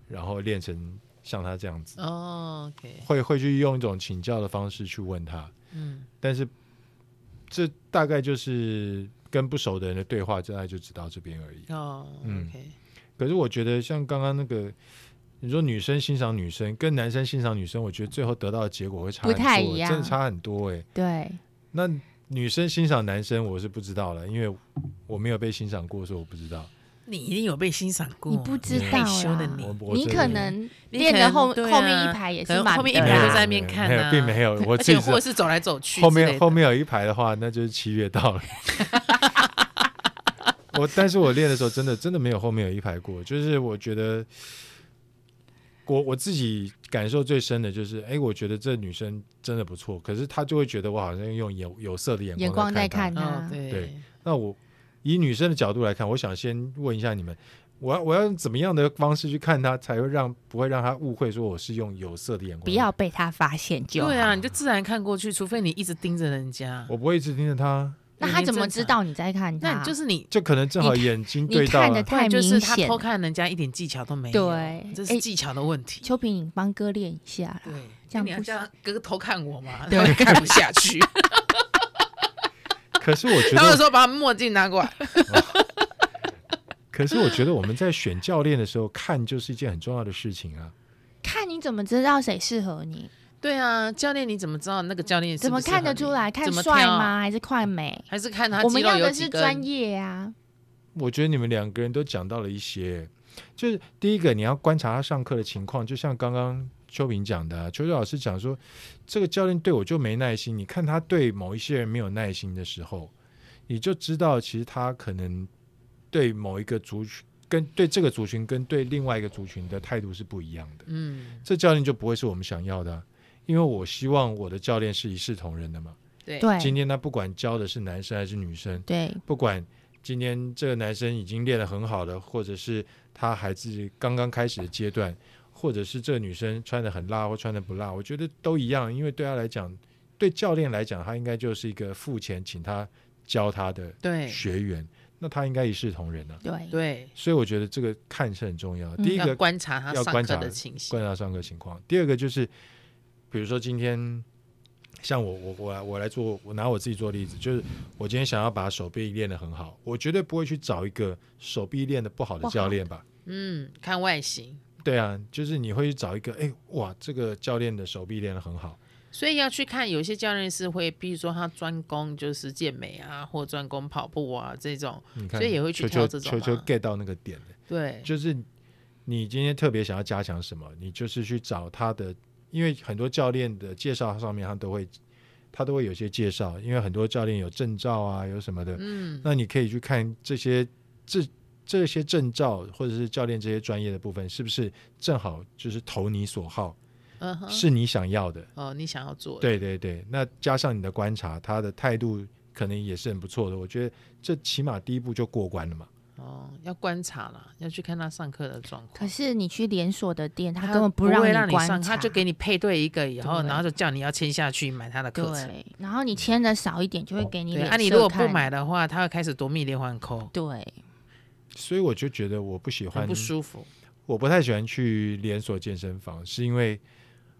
Speaker 1: 然后练成像他这样子，
Speaker 3: 哦，OK，
Speaker 1: 会会去用一种请教的方式去问他，
Speaker 3: 嗯，
Speaker 1: 但是这大概就是跟不熟的人的对话，大概就只到这边而已。
Speaker 3: 哦
Speaker 1: 嗯
Speaker 3: ，OK，
Speaker 1: 可是我觉得像刚刚那个。你说女生欣赏女生跟男生欣赏女生，我觉得最后得到的结果会差
Speaker 2: 不
Speaker 1: 很多
Speaker 2: 太
Speaker 1: 欸
Speaker 2: 一样
Speaker 1: 真的差很多哎、
Speaker 2: 对，
Speaker 1: 那女生欣赏男生，我是不知道了，因为我没有被欣赏过，所以我不知道。
Speaker 3: 你一定有被欣赏过，
Speaker 2: 你不知
Speaker 1: 嗯
Speaker 2: 道
Speaker 3: 害羞的
Speaker 2: 啦
Speaker 3: 你
Speaker 1: 我我
Speaker 2: 你
Speaker 1: 真
Speaker 2: 可
Speaker 1: 的
Speaker 2: 能
Speaker 3: 你
Speaker 2: 练
Speaker 3: 可
Speaker 2: 的
Speaker 3: 能
Speaker 2: 后
Speaker 3: 对
Speaker 2: 后面
Speaker 3: 啊
Speaker 2: 一排也
Speaker 3: 可
Speaker 2: 是
Speaker 3: 能
Speaker 2: 满
Speaker 3: 后面一
Speaker 2: 的
Speaker 3: 排
Speaker 2: 啦
Speaker 3: 都在那边看
Speaker 1: 没有
Speaker 3: 啊
Speaker 1: 并没有，我
Speaker 3: 而
Speaker 1: 自
Speaker 3: 且
Speaker 1: 己
Speaker 3: 或
Speaker 1: 是
Speaker 3: 是走来走去之类的，
Speaker 1: 后面后面有一排的话，那就是七月到了。 我但是我练的时候，真的真的没有后面有一排过，就是我觉得。我我自己感受最深的就是，哎，我觉得这女生真的不错，可是她就会觉得我好像用有有色的眼
Speaker 2: 眼光在
Speaker 1: 在她
Speaker 2: 看
Speaker 3: 哦
Speaker 2: 他，
Speaker 3: 对
Speaker 1: 对那我以女生的角度来看，我想先问一下你们，我要我要用怎么样的方式去看她，才会让不会让她误会说我是用有色的眼光？
Speaker 2: 不要，被他发现就好
Speaker 3: 对。啊，你就自然看过去，除非你一直盯着人家，
Speaker 1: 我不会一直盯着她，
Speaker 2: 那他怎么知道你在看
Speaker 3: 那
Speaker 2: 他？
Speaker 3: 你就是你。
Speaker 1: 就可能正好
Speaker 2: 你
Speaker 1: 眼睛
Speaker 2: 你
Speaker 1: 对到
Speaker 2: 看
Speaker 1: 了
Speaker 2: 得
Speaker 3: 不然
Speaker 2: 太
Speaker 3: 就是
Speaker 2: 明
Speaker 3: 他
Speaker 2: 显
Speaker 3: 偷
Speaker 2: 了
Speaker 3: 看人家一点技巧都没有，
Speaker 2: 对
Speaker 3: 这
Speaker 2: 哎
Speaker 3: 是技巧的问题。
Speaker 2: 秋萍，你帮哥练一下啦。
Speaker 3: 对，
Speaker 2: 这样
Speaker 3: 你要
Speaker 2: 不
Speaker 3: 叫他哥偷看我嘛，
Speaker 2: 对
Speaker 3: 他会看不下 去，
Speaker 1: 可是我觉
Speaker 3: 他会
Speaker 1: 得，
Speaker 3: 说把墨镜拿过来。
Speaker 1: 可是我觉得我们在选教练的时候，看就是一件很重要的事情啊。
Speaker 2: 看你怎么知道谁适合你？
Speaker 3: 对啊，教练你怎么知道那个教练是
Speaker 2: 怎
Speaker 3: 不
Speaker 2: 么
Speaker 3: 是
Speaker 2: 看得
Speaker 3: 很
Speaker 2: 出来？看
Speaker 3: 怎么
Speaker 2: 帅
Speaker 3: 挑
Speaker 2: 吗？还是快美？
Speaker 3: 还是看他
Speaker 2: 我们
Speaker 3: 肌肉
Speaker 2: 要
Speaker 3: 有
Speaker 2: 的
Speaker 3: 几
Speaker 2: 是
Speaker 3: 根
Speaker 2: 专业啊。
Speaker 1: 我觉得你们两个人都讲到了一些，就是第一个你要观察他上课的情况，就像刚刚秋萍讲的、啊，秋秋老师讲说，这个教练对我就没耐心。你看他对某一些人没有耐心的时候，你就知道其实他可能对某一个族群。跟对这个族群跟对另外一个族群的态度是不一样的，
Speaker 3: 嗯，
Speaker 1: 这教练就不会是我们想要的啊、因为我希望我的教练是一视同仁的嘛。
Speaker 3: 对
Speaker 1: 今
Speaker 2: 对
Speaker 1: 天他不管教的是男生还是女生，
Speaker 2: 对，
Speaker 1: 不管今天这个男生已经练得很好了，或者是他还是刚刚开始的阶段，或者是这个女生穿得很辣或穿得不辣，我觉得都一样，因为对他来讲，对教练来讲，他应该就是一个付钱请他教他的
Speaker 3: 对
Speaker 1: 学员，那他应该一视同仁啊。
Speaker 2: 对
Speaker 3: 对，
Speaker 1: 所以我觉得这个看是很重要的。第一个
Speaker 3: 要观察他
Speaker 1: 要
Speaker 3: 上
Speaker 1: 观
Speaker 3: 课
Speaker 1: 察
Speaker 3: 的情形。
Speaker 1: 观察上课情况。第二个就是，比如说今天，像我我我来我来做，我拿我自己做例子，就是我今天想要把手臂练得很好，我绝对不会去找一个手臂练得不好
Speaker 2: 不
Speaker 1: 的
Speaker 2: 好
Speaker 1: 教练吧？
Speaker 3: 嗯，看外形，
Speaker 1: 对啊，就是你会去找一个，哎哇，这个教练的手臂练得很好，
Speaker 3: 所以要去看有些教练是会，比如说他专攻就是健美啊，或专攻跑步啊这种。
Speaker 1: 你看，
Speaker 3: 所以也会去
Speaker 1: 球
Speaker 3: 挑
Speaker 1: 球
Speaker 3: 这种啊
Speaker 1: 球球
Speaker 3: 嘛
Speaker 1: get 到那个点了
Speaker 3: 对，
Speaker 1: 就是你今天特别想要加强什么，你就是去找他的，因为很多教练的介绍上面他都会。他都会有些介绍，因为很多教练有证照啊，有什么的，
Speaker 3: 嗯，
Speaker 1: 那你可以去看这些这这些证照或者是教练这些专业的部分，是不是正好就是投你所好，
Speaker 3: 嗯哼，
Speaker 1: 是你想要的？
Speaker 3: 哦，你想要做的，
Speaker 1: 对对对，那加上你的观察，他的态度可能也是很不错的。我觉得这起码第一步就过关了嘛。
Speaker 3: 哦，要观察啦，要去看他上课的状
Speaker 2: 可
Speaker 3: 况。
Speaker 2: 是你去连锁的店，他
Speaker 3: 他
Speaker 2: 根本
Speaker 3: 不
Speaker 2: 让
Speaker 3: 会让
Speaker 2: 观察，
Speaker 3: 上，他就给你配对一个以后，
Speaker 2: 对
Speaker 3: 然后就叫你要签下去买他的课程。
Speaker 2: 对，然后你签的少一点，就会给你
Speaker 3: 对，
Speaker 2: 脸
Speaker 3: 啊，
Speaker 2: 色
Speaker 3: 你如果不
Speaker 2: 看，
Speaker 3: 买的话，他会开始夺命连环扣，
Speaker 2: 对，
Speaker 1: 所以我就觉得我不喜欢
Speaker 3: 很不舒服。
Speaker 1: 我不太喜欢去连锁健身房，是因为，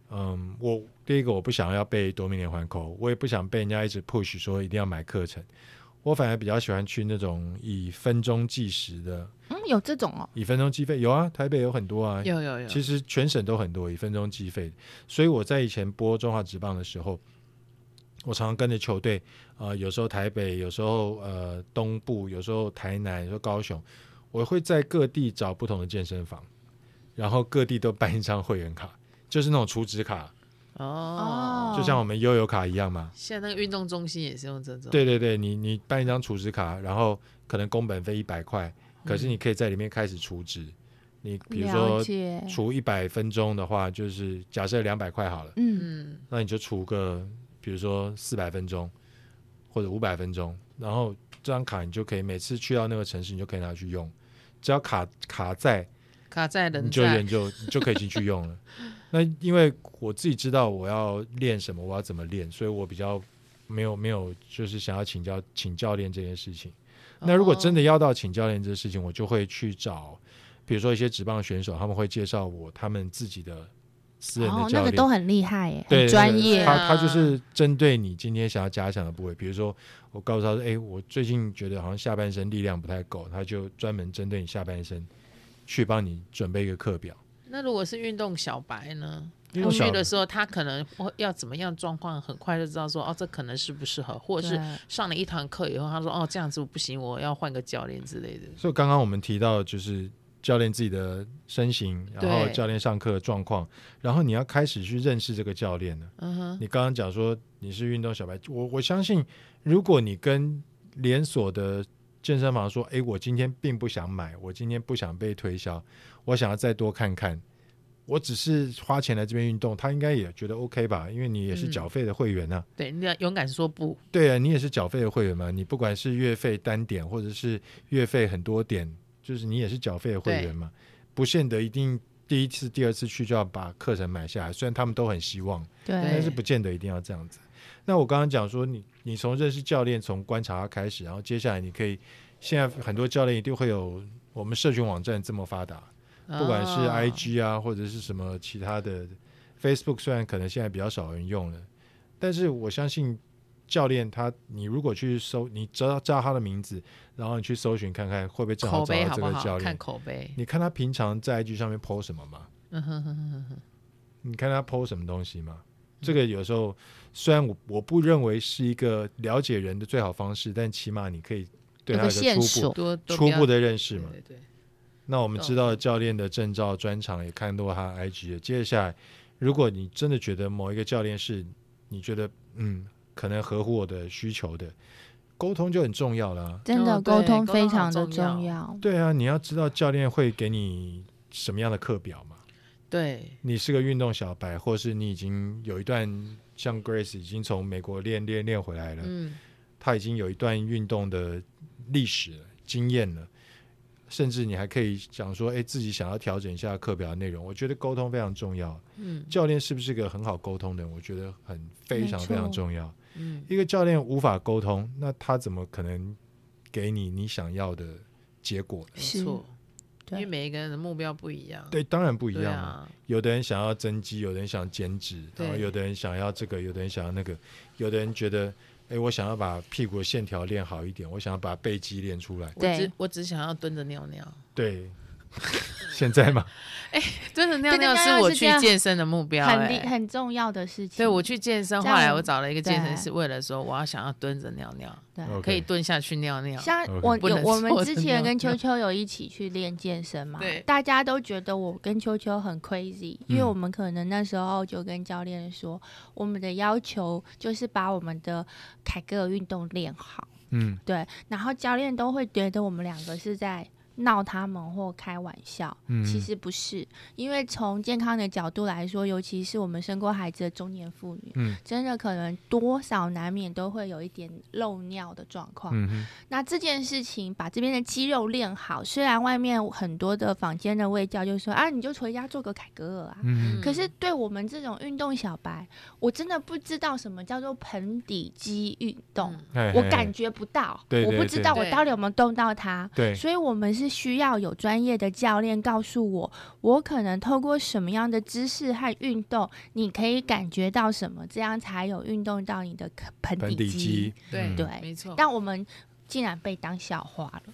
Speaker 1: 嗯，我第一个我不想要被多米连环扣，我也不想被人家一直 push 说一定要买课程，我反而比较喜欢去那种以分钟计时的，
Speaker 2: 嗯，有这种哦，
Speaker 1: 以分钟计费。有啊，台北有很多啊，
Speaker 3: 有有有，
Speaker 1: 其实全省都很多以分钟计费。所以我在以前播中华职棒的时候，我常常跟着球队，呃，有时候台北，有时候呃东部，有时候台南，有时候高雄，我会在各地找不同的健身房，然后各地都办一张会员卡，就是那种储值卡，
Speaker 3: 哦，
Speaker 1: 就像我们悠游卡一样嘛。
Speaker 3: 现在那个运动中心也是用这种，
Speaker 1: 对对对，你你办一张储值卡，然后可能工本费一百块，可是你可以在里面开始储值。你比如
Speaker 2: 了
Speaker 1: 说
Speaker 2: 解，
Speaker 1: 除一百分钟的话，就是假设两百块好了，
Speaker 2: 嗯，
Speaker 3: 嗯，
Speaker 1: 那你就除个比如说四百分钟或者五百分钟，然后这张卡你就可以每次去到那个城市，你就可以拿去用，只要卡卡在，
Speaker 3: 卡在
Speaker 1: 你
Speaker 3: 人
Speaker 1: 就
Speaker 3: 在
Speaker 1: 研，究你就可以进去 用了。那因为我自己知道我要练什么，我要怎么练，所以我比较没有没有就是想要请教请教练这件事情。那如果真
Speaker 2: 哦
Speaker 1: 的要到请教练这事情，我就会去找，比如说一些职棒选手，他们会介绍我他们自己的私人
Speaker 2: 哦
Speaker 1: 的，教
Speaker 2: 那个
Speaker 1: 练，
Speaker 2: 都很厉害耶，
Speaker 1: 对
Speaker 2: 很专
Speaker 3: 对
Speaker 2: 业，
Speaker 1: 他
Speaker 3: 啊
Speaker 1: 他就是针对你今天想要加强的部位，比如说我告诉他说，哎，我最近觉得好像下半身力量不太够，他就专门针对你下半身去帮你准备一个课表。
Speaker 3: 那如果是运动小白呢？
Speaker 1: 因为
Speaker 3: 我
Speaker 1: 我想
Speaker 3: 去的时候，他可能会要怎么样状况，很快就知道说哦，这可能适不适合，或者
Speaker 1: 啊
Speaker 3: 是
Speaker 2: 对
Speaker 3: 上了一堂课以后，他说哦这样子我不行，我要换个教练之类的。
Speaker 1: 所以刚刚我们提到就是教练自己的身形，然后
Speaker 3: 对
Speaker 1: 教练上课的状况，然后你要开始去认识这个教练了。
Speaker 3: 嗯哼，
Speaker 1: 你刚刚讲说你是运动小白，我我相信如果你跟连锁的健身房说，诶，我今天并不想买，我今天不想被推销，我想要再多看看。我只是花钱来这边运动，他应该也觉得 OK 吧？因为你也是
Speaker 3: 嗯
Speaker 1: 缴费的会员呐、啊
Speaker 3: 对，你要勇敢说不。
Speaker 1: 对啊，你也是缴费的会员嘛，你不管是月费单点或者是月费很多点，就是你也是缴费的会员嘛，不见得一定第一次、第二次去就要把课程买下来，虽然他们都很希望，但
Speaker 2: 对
Speaker 1: 是不见得一定要这样子。那我刚刚讲说，你你从认识教练，从观察他开始，然后接下来你可以，现在很多教练一定会有我们社群网站这么发达，不管是
Speaker 3: 哦
Speaker 1: IG 啊，或者是什么其他的 Facebook，虽然可能现在比较少人用了，但是我相信教练他，你如果去搜，你知道知道他的名字，然后你去搜寻看看，会不会正好
Speaker 3: 口
Speaker 1: 找
Speaker 3: 碑
Speaker 1: 到
Speaker 3: 好
Speaker 1: 这
Speaker 3: 不
Speaker 1: 个
Speaker 3: 好？
Speaker 1: 教
Speaker 3: 看
Speaker 1: 练？
Speaker 3: 口碑。
Speaker 1: 你看他平常在 IG 上面 PO 什么吗？
Speaker 3: 嗯哼哼哼哼哼，
Speaker 1: 你看他 PO 什么东西吗？这个有时候虽然我我不认为是一个了解人的最好方式，但起码你可以对
Speaker 2: 有
Speaker 1: 他
Speaker 2: 个
Speaker 1: 有
Speaker 2: 线
Speaker 1: 个初步
Speaker 2: 索，
Speaker 3: 多
Speaker 1: 嗯
Speaker 3: 多
Speaker 1: 初
Speaker 3: 不要
Speaker 1: 步的认识嘛。
Speaker 3: 对对对，
Speaker 1: 那我们
Speaker 3: 懂
Speaker 1: 知道教练的证照专长，也看过他 IG 的。接下来，如果你真的觉得某一个教练是你觉得嗯可能合乎我的需求的，沟通就很重要了啊。
Speaker 2: 真的
Speaker 3: 哦
Speaker 2: 沟
Speaker 3: 对
Speaker 2: 通
Speaker 3: 沟
Speaker 2: 非
Speaker 3: 通好
Speaker 2: 常的
Speaker 3: 重
Speaker 2: 重
Speaker 3: 要
Speaker 2: 要。
Speaker 1: 对啊，你要知道教练会给你什么样的课表嘛。
Speaker 3: 对
Speaker 1: 你是个运动小白，或是你已经有一段像 Grace 已经从美国练练练回来了，
Speaker 3: 嗯，
Speaker 1: 他已经有一段运动的历史了经验了，甚至你还可以讲说，哎，自己想要调整一下课表的内容。我觉得沟通非常重要。
Speaker 3: 嗯
Speaker 1: 教练是不是个很好沟通的人？我觉得很非常
Speaker 2: 没错
Speaker 1: 非常重要。
Speaker 3: 嗯，
Speaker 1: 一个教练无法沟通，那他怎么可能给你你想要的结果呢？
Speaker 3: 没
Speaker 2: 是
Speaker 3: 错，因
Speaker 2: 对
Speaker 3: 为每一个人的目标不一样，
Speaker 1: 对，当然不
Speaker 3: 不
Speaker 1: 一样啊。
Speaker 3: 啊，
Speaker 1: 有的人想要增肌，有的人想减脂，
Speaker 3: 对
Speaker 1: 然后有的人想要这个，有的人想要那个，有的人觉得，哎，我想要把屁股的线条练好一点，我想要把背肌练出来。
Speaker 3: 啊我
Speaker 2: 对
Speaker 3: 只我只想要蹲着尿尿，
Speaker 1: 对，现在嘛，
Speaker 3: 蹲着尿
Speaker 2: 蹲着
Speaker 3: 尿
Speaker 2: 尿
Speaker 3: 是
Speaker 2: 尿
Speaker 3: 我
Speaker 2: 是
Speaker 3: 去
Speaker 2: 这样
Speaker 3: 健身的目标，
Speaker 2: 很
Speaker 3: 哎
Speaker 2: 厉很重要的事情。
Speaker 3: 对我去健身，
Speaker 2: 这
Speaker 3: 后
Speaker 2: 样
Speaker 3: 来我找了一个健身
Speaker 2: 对
Speaker 3: 是为了说我要想要蹲着尿尿，
Speaker 2: 对
Speaker 1: OK
Speaker 3: 可以蹲下去尿尿。
Speaker 2: 像
Speaker 1: OK
Speaker 2: 我
Speaker 3: 不
Speaker 2: 有
Speaker 3: 能
Speaker 2: 我
Speaker 3: 说
Speaker 2: 们
Speaker 3: 我
Speaker 2: 之
Speaker 3: 真
Speaker 2: 前
Speaker 3: 的
Speaker 2: 跟
Speaker 3: 要
Speaker 2: 秋秋有一起去练健身嘛
Speaker 3: 对，
Speaker 2: 大家都觉得我跟秋秋很 crazy，因为
Speaker 1: 嗯
Speaker 2: 我们可能那时候就跟教练说，我们的要求就是把我们的凯格尔运动练好，
Speaker 1: 嗯，
Speaker 2: 对，然后教练都会觉得我们两个是在闹他们或开玩笑，
Speaker 1: 嗯
Speaker 2: 其实不是，因为从健康的角度来说，尤其是我们生过孩子的中年妇女，
Speaker 1: 嗯
Speaker 2: 真的可能多少难免都会有一点漏尿的状况。
Speaker 1: 嗯哼，
Speaker 2: 那这件事情把这边的肌肉练好，虽然外面很多的坊间的卫教就说啊，你就回家做个凯格尔啊。
Speaker 1: 嗯哼，
Speaker 2: 可是对我们这种运动小白，我真的不知道什么叫做盆底肌运动，
Speaker 3: 嗯
Speaker 1: 哎
Speaker 2: 我
Speaker 1: 哎
Speaker 2: 感觉不到，
Speaker 1: 对
Speaker 2: 我
Speaker 1: 对
Speaker 2: 不知
Speaker 1: 对
Speaker 2: 道我
Speaker 3: 对
Speaker 2: 到底有没有动到它。
Speaker 1: 对，
Speaker 2: 所以我们是需要有专业的教练告诉我，我可能透过什么样的姿势和运动，你可以感觉到什么，这样才有运动到你的盆
Speaker 1: 盆底肌，
Speaker 3: 对
Speaker 1: 嗯
Speaker 2: 对
Speaker 3: 没错。
Speaker 2: 但我们竟然被当笑话了，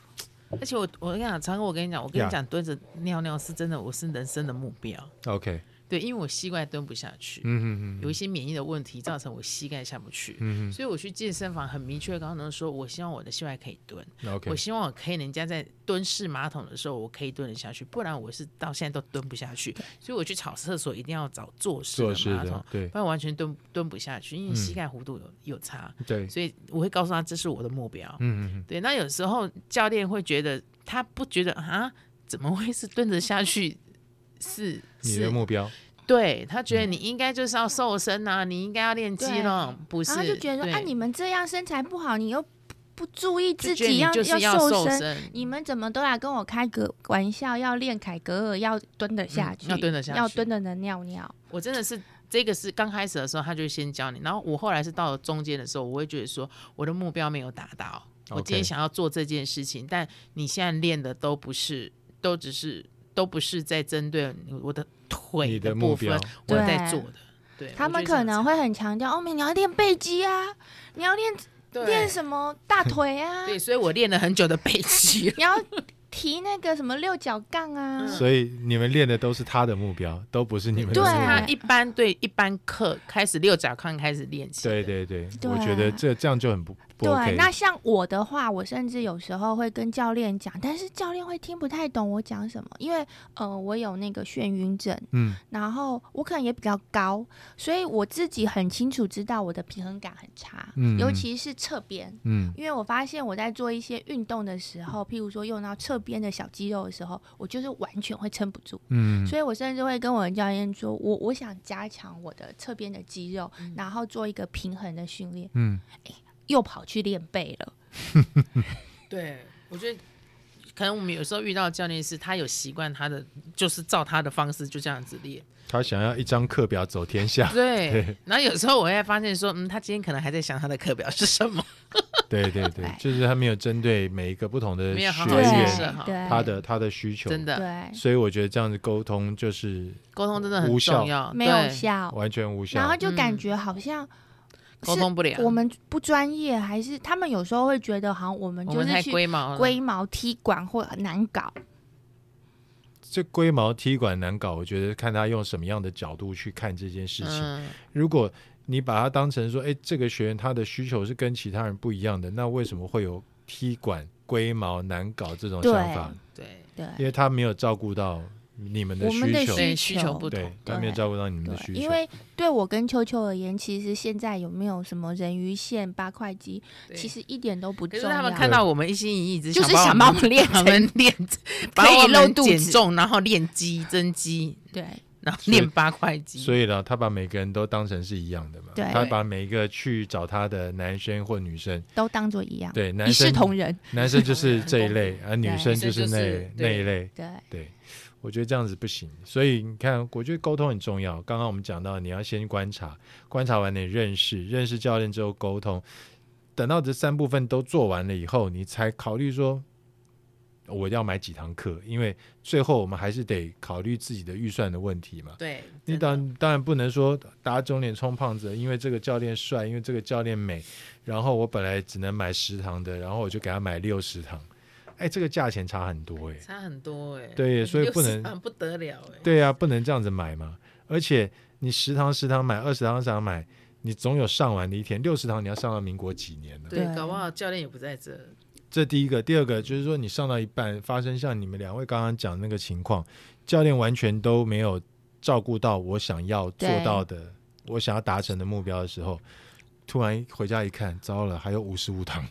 Speaker 3: 而且我我跟你讲，常哥，我跟你讲，我跟
Speaker 1: 呀
Speaker 3: 你讲，蹲着尿尿是真的，我是人生的目标。
Speaker 1: ，OK，
Speaker 3: 对，因为我膝盖蹲不下去，
Speaker 1: 嗯哼嗯
Speaker 3: 有一些免疫的问题造成我膝盖下不去，
Speaker 1: 嗯
Speaker 3: 所以我去健身房很明确，刚刚说，我希望我的膝盖可以蹲，
Speaker 1: 嗯哼，OK，
Speaker 3: 我希望我可以人家在蹲式马桶的时候，我可以蹲得下去，不然我是到现在都蹲不下去。所以我去找厕所一定要找坐式
Speaker 1: 做事
Speaker 3: 的马桶
Speaker 1: 的，，对
Speaker 3: 不然完全蹲蹲不下去，因为
Speaker 1: 嗯
Speaker 3: 膝盖弧度有、有差，
Speaker 1: 对，
Speaker 3: 所以我会告诉他这是我的目标。
Speaker 1: 嗯嗯
Speaker 3: 对，那有时候教练会觉得他不觉得啊，怎么会是蹲着下去？是
Speaker 1: 你的
Speaker 3: 是，
Speaker 1: 目标，
Speaker 3: 对他
Speaker 2: 嗯
Speaker 3: 觉得你应该就是要瘦身啊，你应该要练肌肉，不是？
Speaker 2: 然后就觉得说，
Speaker 3: 对
Speaker 2: 啊，你们这样身材不好，你又不不注意
Speaker 3: 就
Speaker 2: 自
Speaker 3: 觉得
Speaker 2: 己
Speaker 3: 你
Speaker 2: 要
Speaker 3: 就是
Speaker 2: 瘦
Speaker 3: 瘦
Speaker 2: 身。
Speaker 3: 身，
Speaker 2: 你们怎么都来跟我开个玩笑？要练凯格尔，要蹲得下
Speaker 3: 嗯
Speaker 2: 去，
Speaker 3: 要蹲得下
Speaker 2: 要
Speaker 3: 去
Speaker 2: 蹲得能尿尿。
Speaker 3: 我真的是这个是刚开始的时候，他就先教你，然后我后来是到了中间的时候，我会觉得说我的目标没有达到，我今天
Speaker 1: OK
Speaker 3: 想要做这件事情，但你现在练的都不是，都只是都不是在针对我的
Speaker 1: 你
Speaker 3: 腿
Speaker 1: 的目
Speaker 3: 部分
Speaker 1: 标，
Speaker 3: 我
Speaker 2: 对
Speaker 3: 在做的。对，
Speaker 2: 他
Speaker 3: 我
Speaker 2: 们
Speaker 3: 觉得
Speaker 2: 可
Speaker 3: 这
Speaker 2: 能
Speaker 3: 样子
Speaker 2: 会很强调，哦，你要练背肌啊，你要练练
Speaker 3: 对
Speaker 2: 什么大腿啊，
Speaker 3: 对，所以我练了很久的背肌
Speaker 2: 你要提那个什么六角杠啊，
Speaker 3: 嗯
Speaker 1: 所以你们练的都是他的目标，都不 是你们的
Speaker 2: 对啊
Speaker 1: 目
Speaker 3: 就是他
Speaker 1: 标。
Speaker 3: 一般对一般课开始六角康开始练习，
Speaker 1: 对，对对，
Speaker 2: 对
Speaker 1: 我觉得这这样就很不不
Speaker 2: 对，
Speaker 1: OK。
Speaker 2: 那像我的话，我甚至有时候会跟教练讲，但是教练会听不太懂我讲什么，因为呃，我有那个眩晕症，
Speaker 1: 嗯，
Speaker 2: 然后我可能也比较高，所以我自己很清楚知道我的平衡感很差，
Speaker 1: 嗯
Speaker 2: 尤
Speaker 1: 嗯
Speaker 2: 其是侧边。
Speaker 1: 嗯
Speaker 2: 因为我发现我在做一些运动的时候，譬如说用到侧边的小肌肉的时候，我就是完全会撑不住，
Speaker 1: 嗯，
Speaker 2: 所以我甚至会跟我的教练说，我我想加强我的侧边的肌肉，
Speaker 3: 嗯
Speaker 2: 然后做一个平衡的训练，
Speaker 1: 嗯，
Speaker 2: 又跑去练背了。
Speaker 3: 对我觉得。可能我们有时候遇到的教练是，他有习惯他的，就是照他的方式就这样子练。
Speaker 1: 他想要一张课表走天 下。
Speaker 3: 对，然后有时候我会发现说，嗯，他今天可能还在想他的课表是什么。
Speaker 1: 对对对
Speaker 2: 哎，
Speaker 1: 就是他没有针对每一个不同的
Speaker 3: 没
Speaker 1: 学
Speaker 3: 有好好建
Speaker 1: 员
Speaker 3: 设
Speaker 2: 对
Speaker 3: 好
Speaker 2: 对，
Speaker 1: 他的他的需求，
Speaker 3: 真的
Speaker 2: 对
Speaker 1: 所以我觉得这样子沟通就是
Speaker 3: 沟通真的很
Speaker 1: 无效
Speaker 3: 重要，
Speaker 2: 没有
Speaker 3: 对
Speaker 2: 效，
Speaker 1: 完全无效
Speaker 2: 然后。就感
Speaker 3: 嗯
Speaker 2: 觉好像
Speaker 3: 沟
Speaker 2: 是
Speaker 3: 通不了，
Speaker 2: 我们不专业，还是他们有时候会觉得好像我们
Speaker 3: 我
Speaker 2: 就
Speaker 3: 们
Speaker 2: 是
Speaker 3: 太
Speaker 2: 去
Speaker 3: 龟毛了，
Speaker 2: 龟毛踢馆或很难搞。
Speaker 1: 这龟毛踢馆难搞，我觉得看他用什么样的角度去看这件事情。
Speaker 3: 嗯，
Speaker 1: 如果你把它当成说，哎，这个学员他的需求是跟其他人不一样的，那为什么会有踢馆、龟毛、难搞这种想法？
Speaker 3: 对
Speaker 2: 对，
Speaker 1: 因为他没有照顾到你们的
Speaker 2: 我
Speaker 1: 需
Speaker 2: 们的
Speaker 1: 求，
Speaker 3: 对，
Speaker 2: 需
Speaker 3: 需求
Speaker 2: 求
Speaker 3: 不
Speaker 1: 对
Speaker 3: 同，，
Speaker 1: 他没有
Speaker 2: 对
Speaker 1: 照顾到你们的需
Speaker 2: 对，
Speaker 1: 求。
Speaker 2: 因为对我跟秋秋而言，其实现在有没有什么人鱼线、八块肌，
Speaker 3: 对
Speaker 2: 其实一点都不
Speaker 3: 可
Speaker 2: 重
Speaker 3: 是
Speaker 2: 要。
Speaker 3: 他们看到我们一心一意，只
Speaker 2: 就是
Speaker 3: 把我
Speaker 2: 想把
Speaker 3: 们
Speaker 2: 我们练
Speaker 3: 把我
Speaker 2: 成
Speaker 3: 们 练，把
Speaker 2: 以
Speaker 3: 我
Speaker 2: 露
Speaker 3: 们
Speaker 2: 肚
Speaker 3: 减
Speaker 2: 子
Speaker 3: 重，然后练肌增肌，
Speaker 2: 对
Speaker 3: 然后
Speaker 1: 所以
Speaker 3: 练八块肌，
Speaker 1: 所以呢，他把每个人都当成是一样的嘛，
Speaker 2: 对
Speaker 1: 他把每一个去找他的男生或女生，
Speaker 2: 都当做一样，
Speaker 1: 对，男
Speaker 2: 一视
Speaker 1: 生
Speaker 2: 同仁。
Speaker 1: 男生就是这一 类，而、女生就是那
Speaker 3: 对
Speaker 1: 那一类。
Speaker 2: 对
Speaker 1: 对，我觉得这样子不行。所以你看，我觉得沟通很重要。刚刚我们讲到，你要先观察，观察完你认识，认识教练之后沟通，等到这三部分都做完了以后，你才考虑说我要买几堂课，因为最后我们还是得考虑自己的预算的问题嘛。
Speaker 3: 对，
Speaker 1: 你
Speaker 3: 真的
Speaker 1: 当当然不能说打肿脸充胖子，因为这个教练帅，因为这个教练美，然后我本来只能买十堂的，然后我就给他买六十堂，哎，这个价钱差很多哎、
Speaker 3: 差很多哎，
Speaker 1: 对所以不
Speaker 3: 60
Speaker 1: 能
Speaker 3: 堂不得了哎，
Speaker 1: 对啊，不能这样子买嘛。而且你十堂十堂买，二十堂二十堂买，你总有上完的一天。六十堂你要上到民国几年呢？
Speaker 2: 对
Speaker 3: 对，搞不好教练也不在这，
Speaker 1: 这第一个，第二个就是说，你上到一半发生像你们两位刚刚讲的那个情况，教练完全都没有照顾到我想要做
Speaker 2: 对
Speaker 1: 到的，我想要达成的目标的时候，突然回家一看，糟了，还有五十五堂，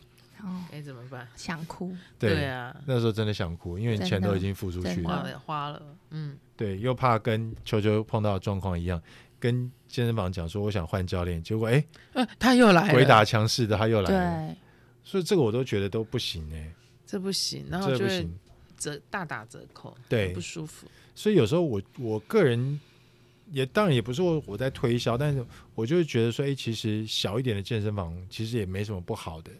Speaker 2: 哦，
Speaker 3: 该怎么办？
Speaker 2: 想哭。
Speaker 3: 对啊，
Speaker 1: 那时候真的想哭，因为你
Speaker 2: 真
Speaker 1: 钱都
Speaker 2: 的
Speaker 1: 已经付出
Speaker 2: 真
Speaker 1: 去
Speaker 2: 的
Speaker 1: 了
Speaker 3: 花，了花了，嗯，
Speaker 1: 对，又怕跟球球碰到的状况一样，跟健身房讲说我想换教练，结果哎，
Speaker 3: 呃，他又来了，
Speaker 1: 鬼打墙似的他又来了，
Speaker 2: 对，
Speaker 1: 所以这个我都觉得都不行哎、
Speaker 3: 这不行，然后
Speaker 1: 这
Speaker 3: 就
Speaker 1: 不
Speaker 3: 会
Speaker 1: 行。
Speaker 3: 折大打折扣，
Speaker 1: 对
Speaker 3: 很不舒服，
Speaker 1: 所以有时候我我个人也当然也不是我我在推销，但是我就会觉得说，哎，其实小一点的健身房其实也没什么不好的。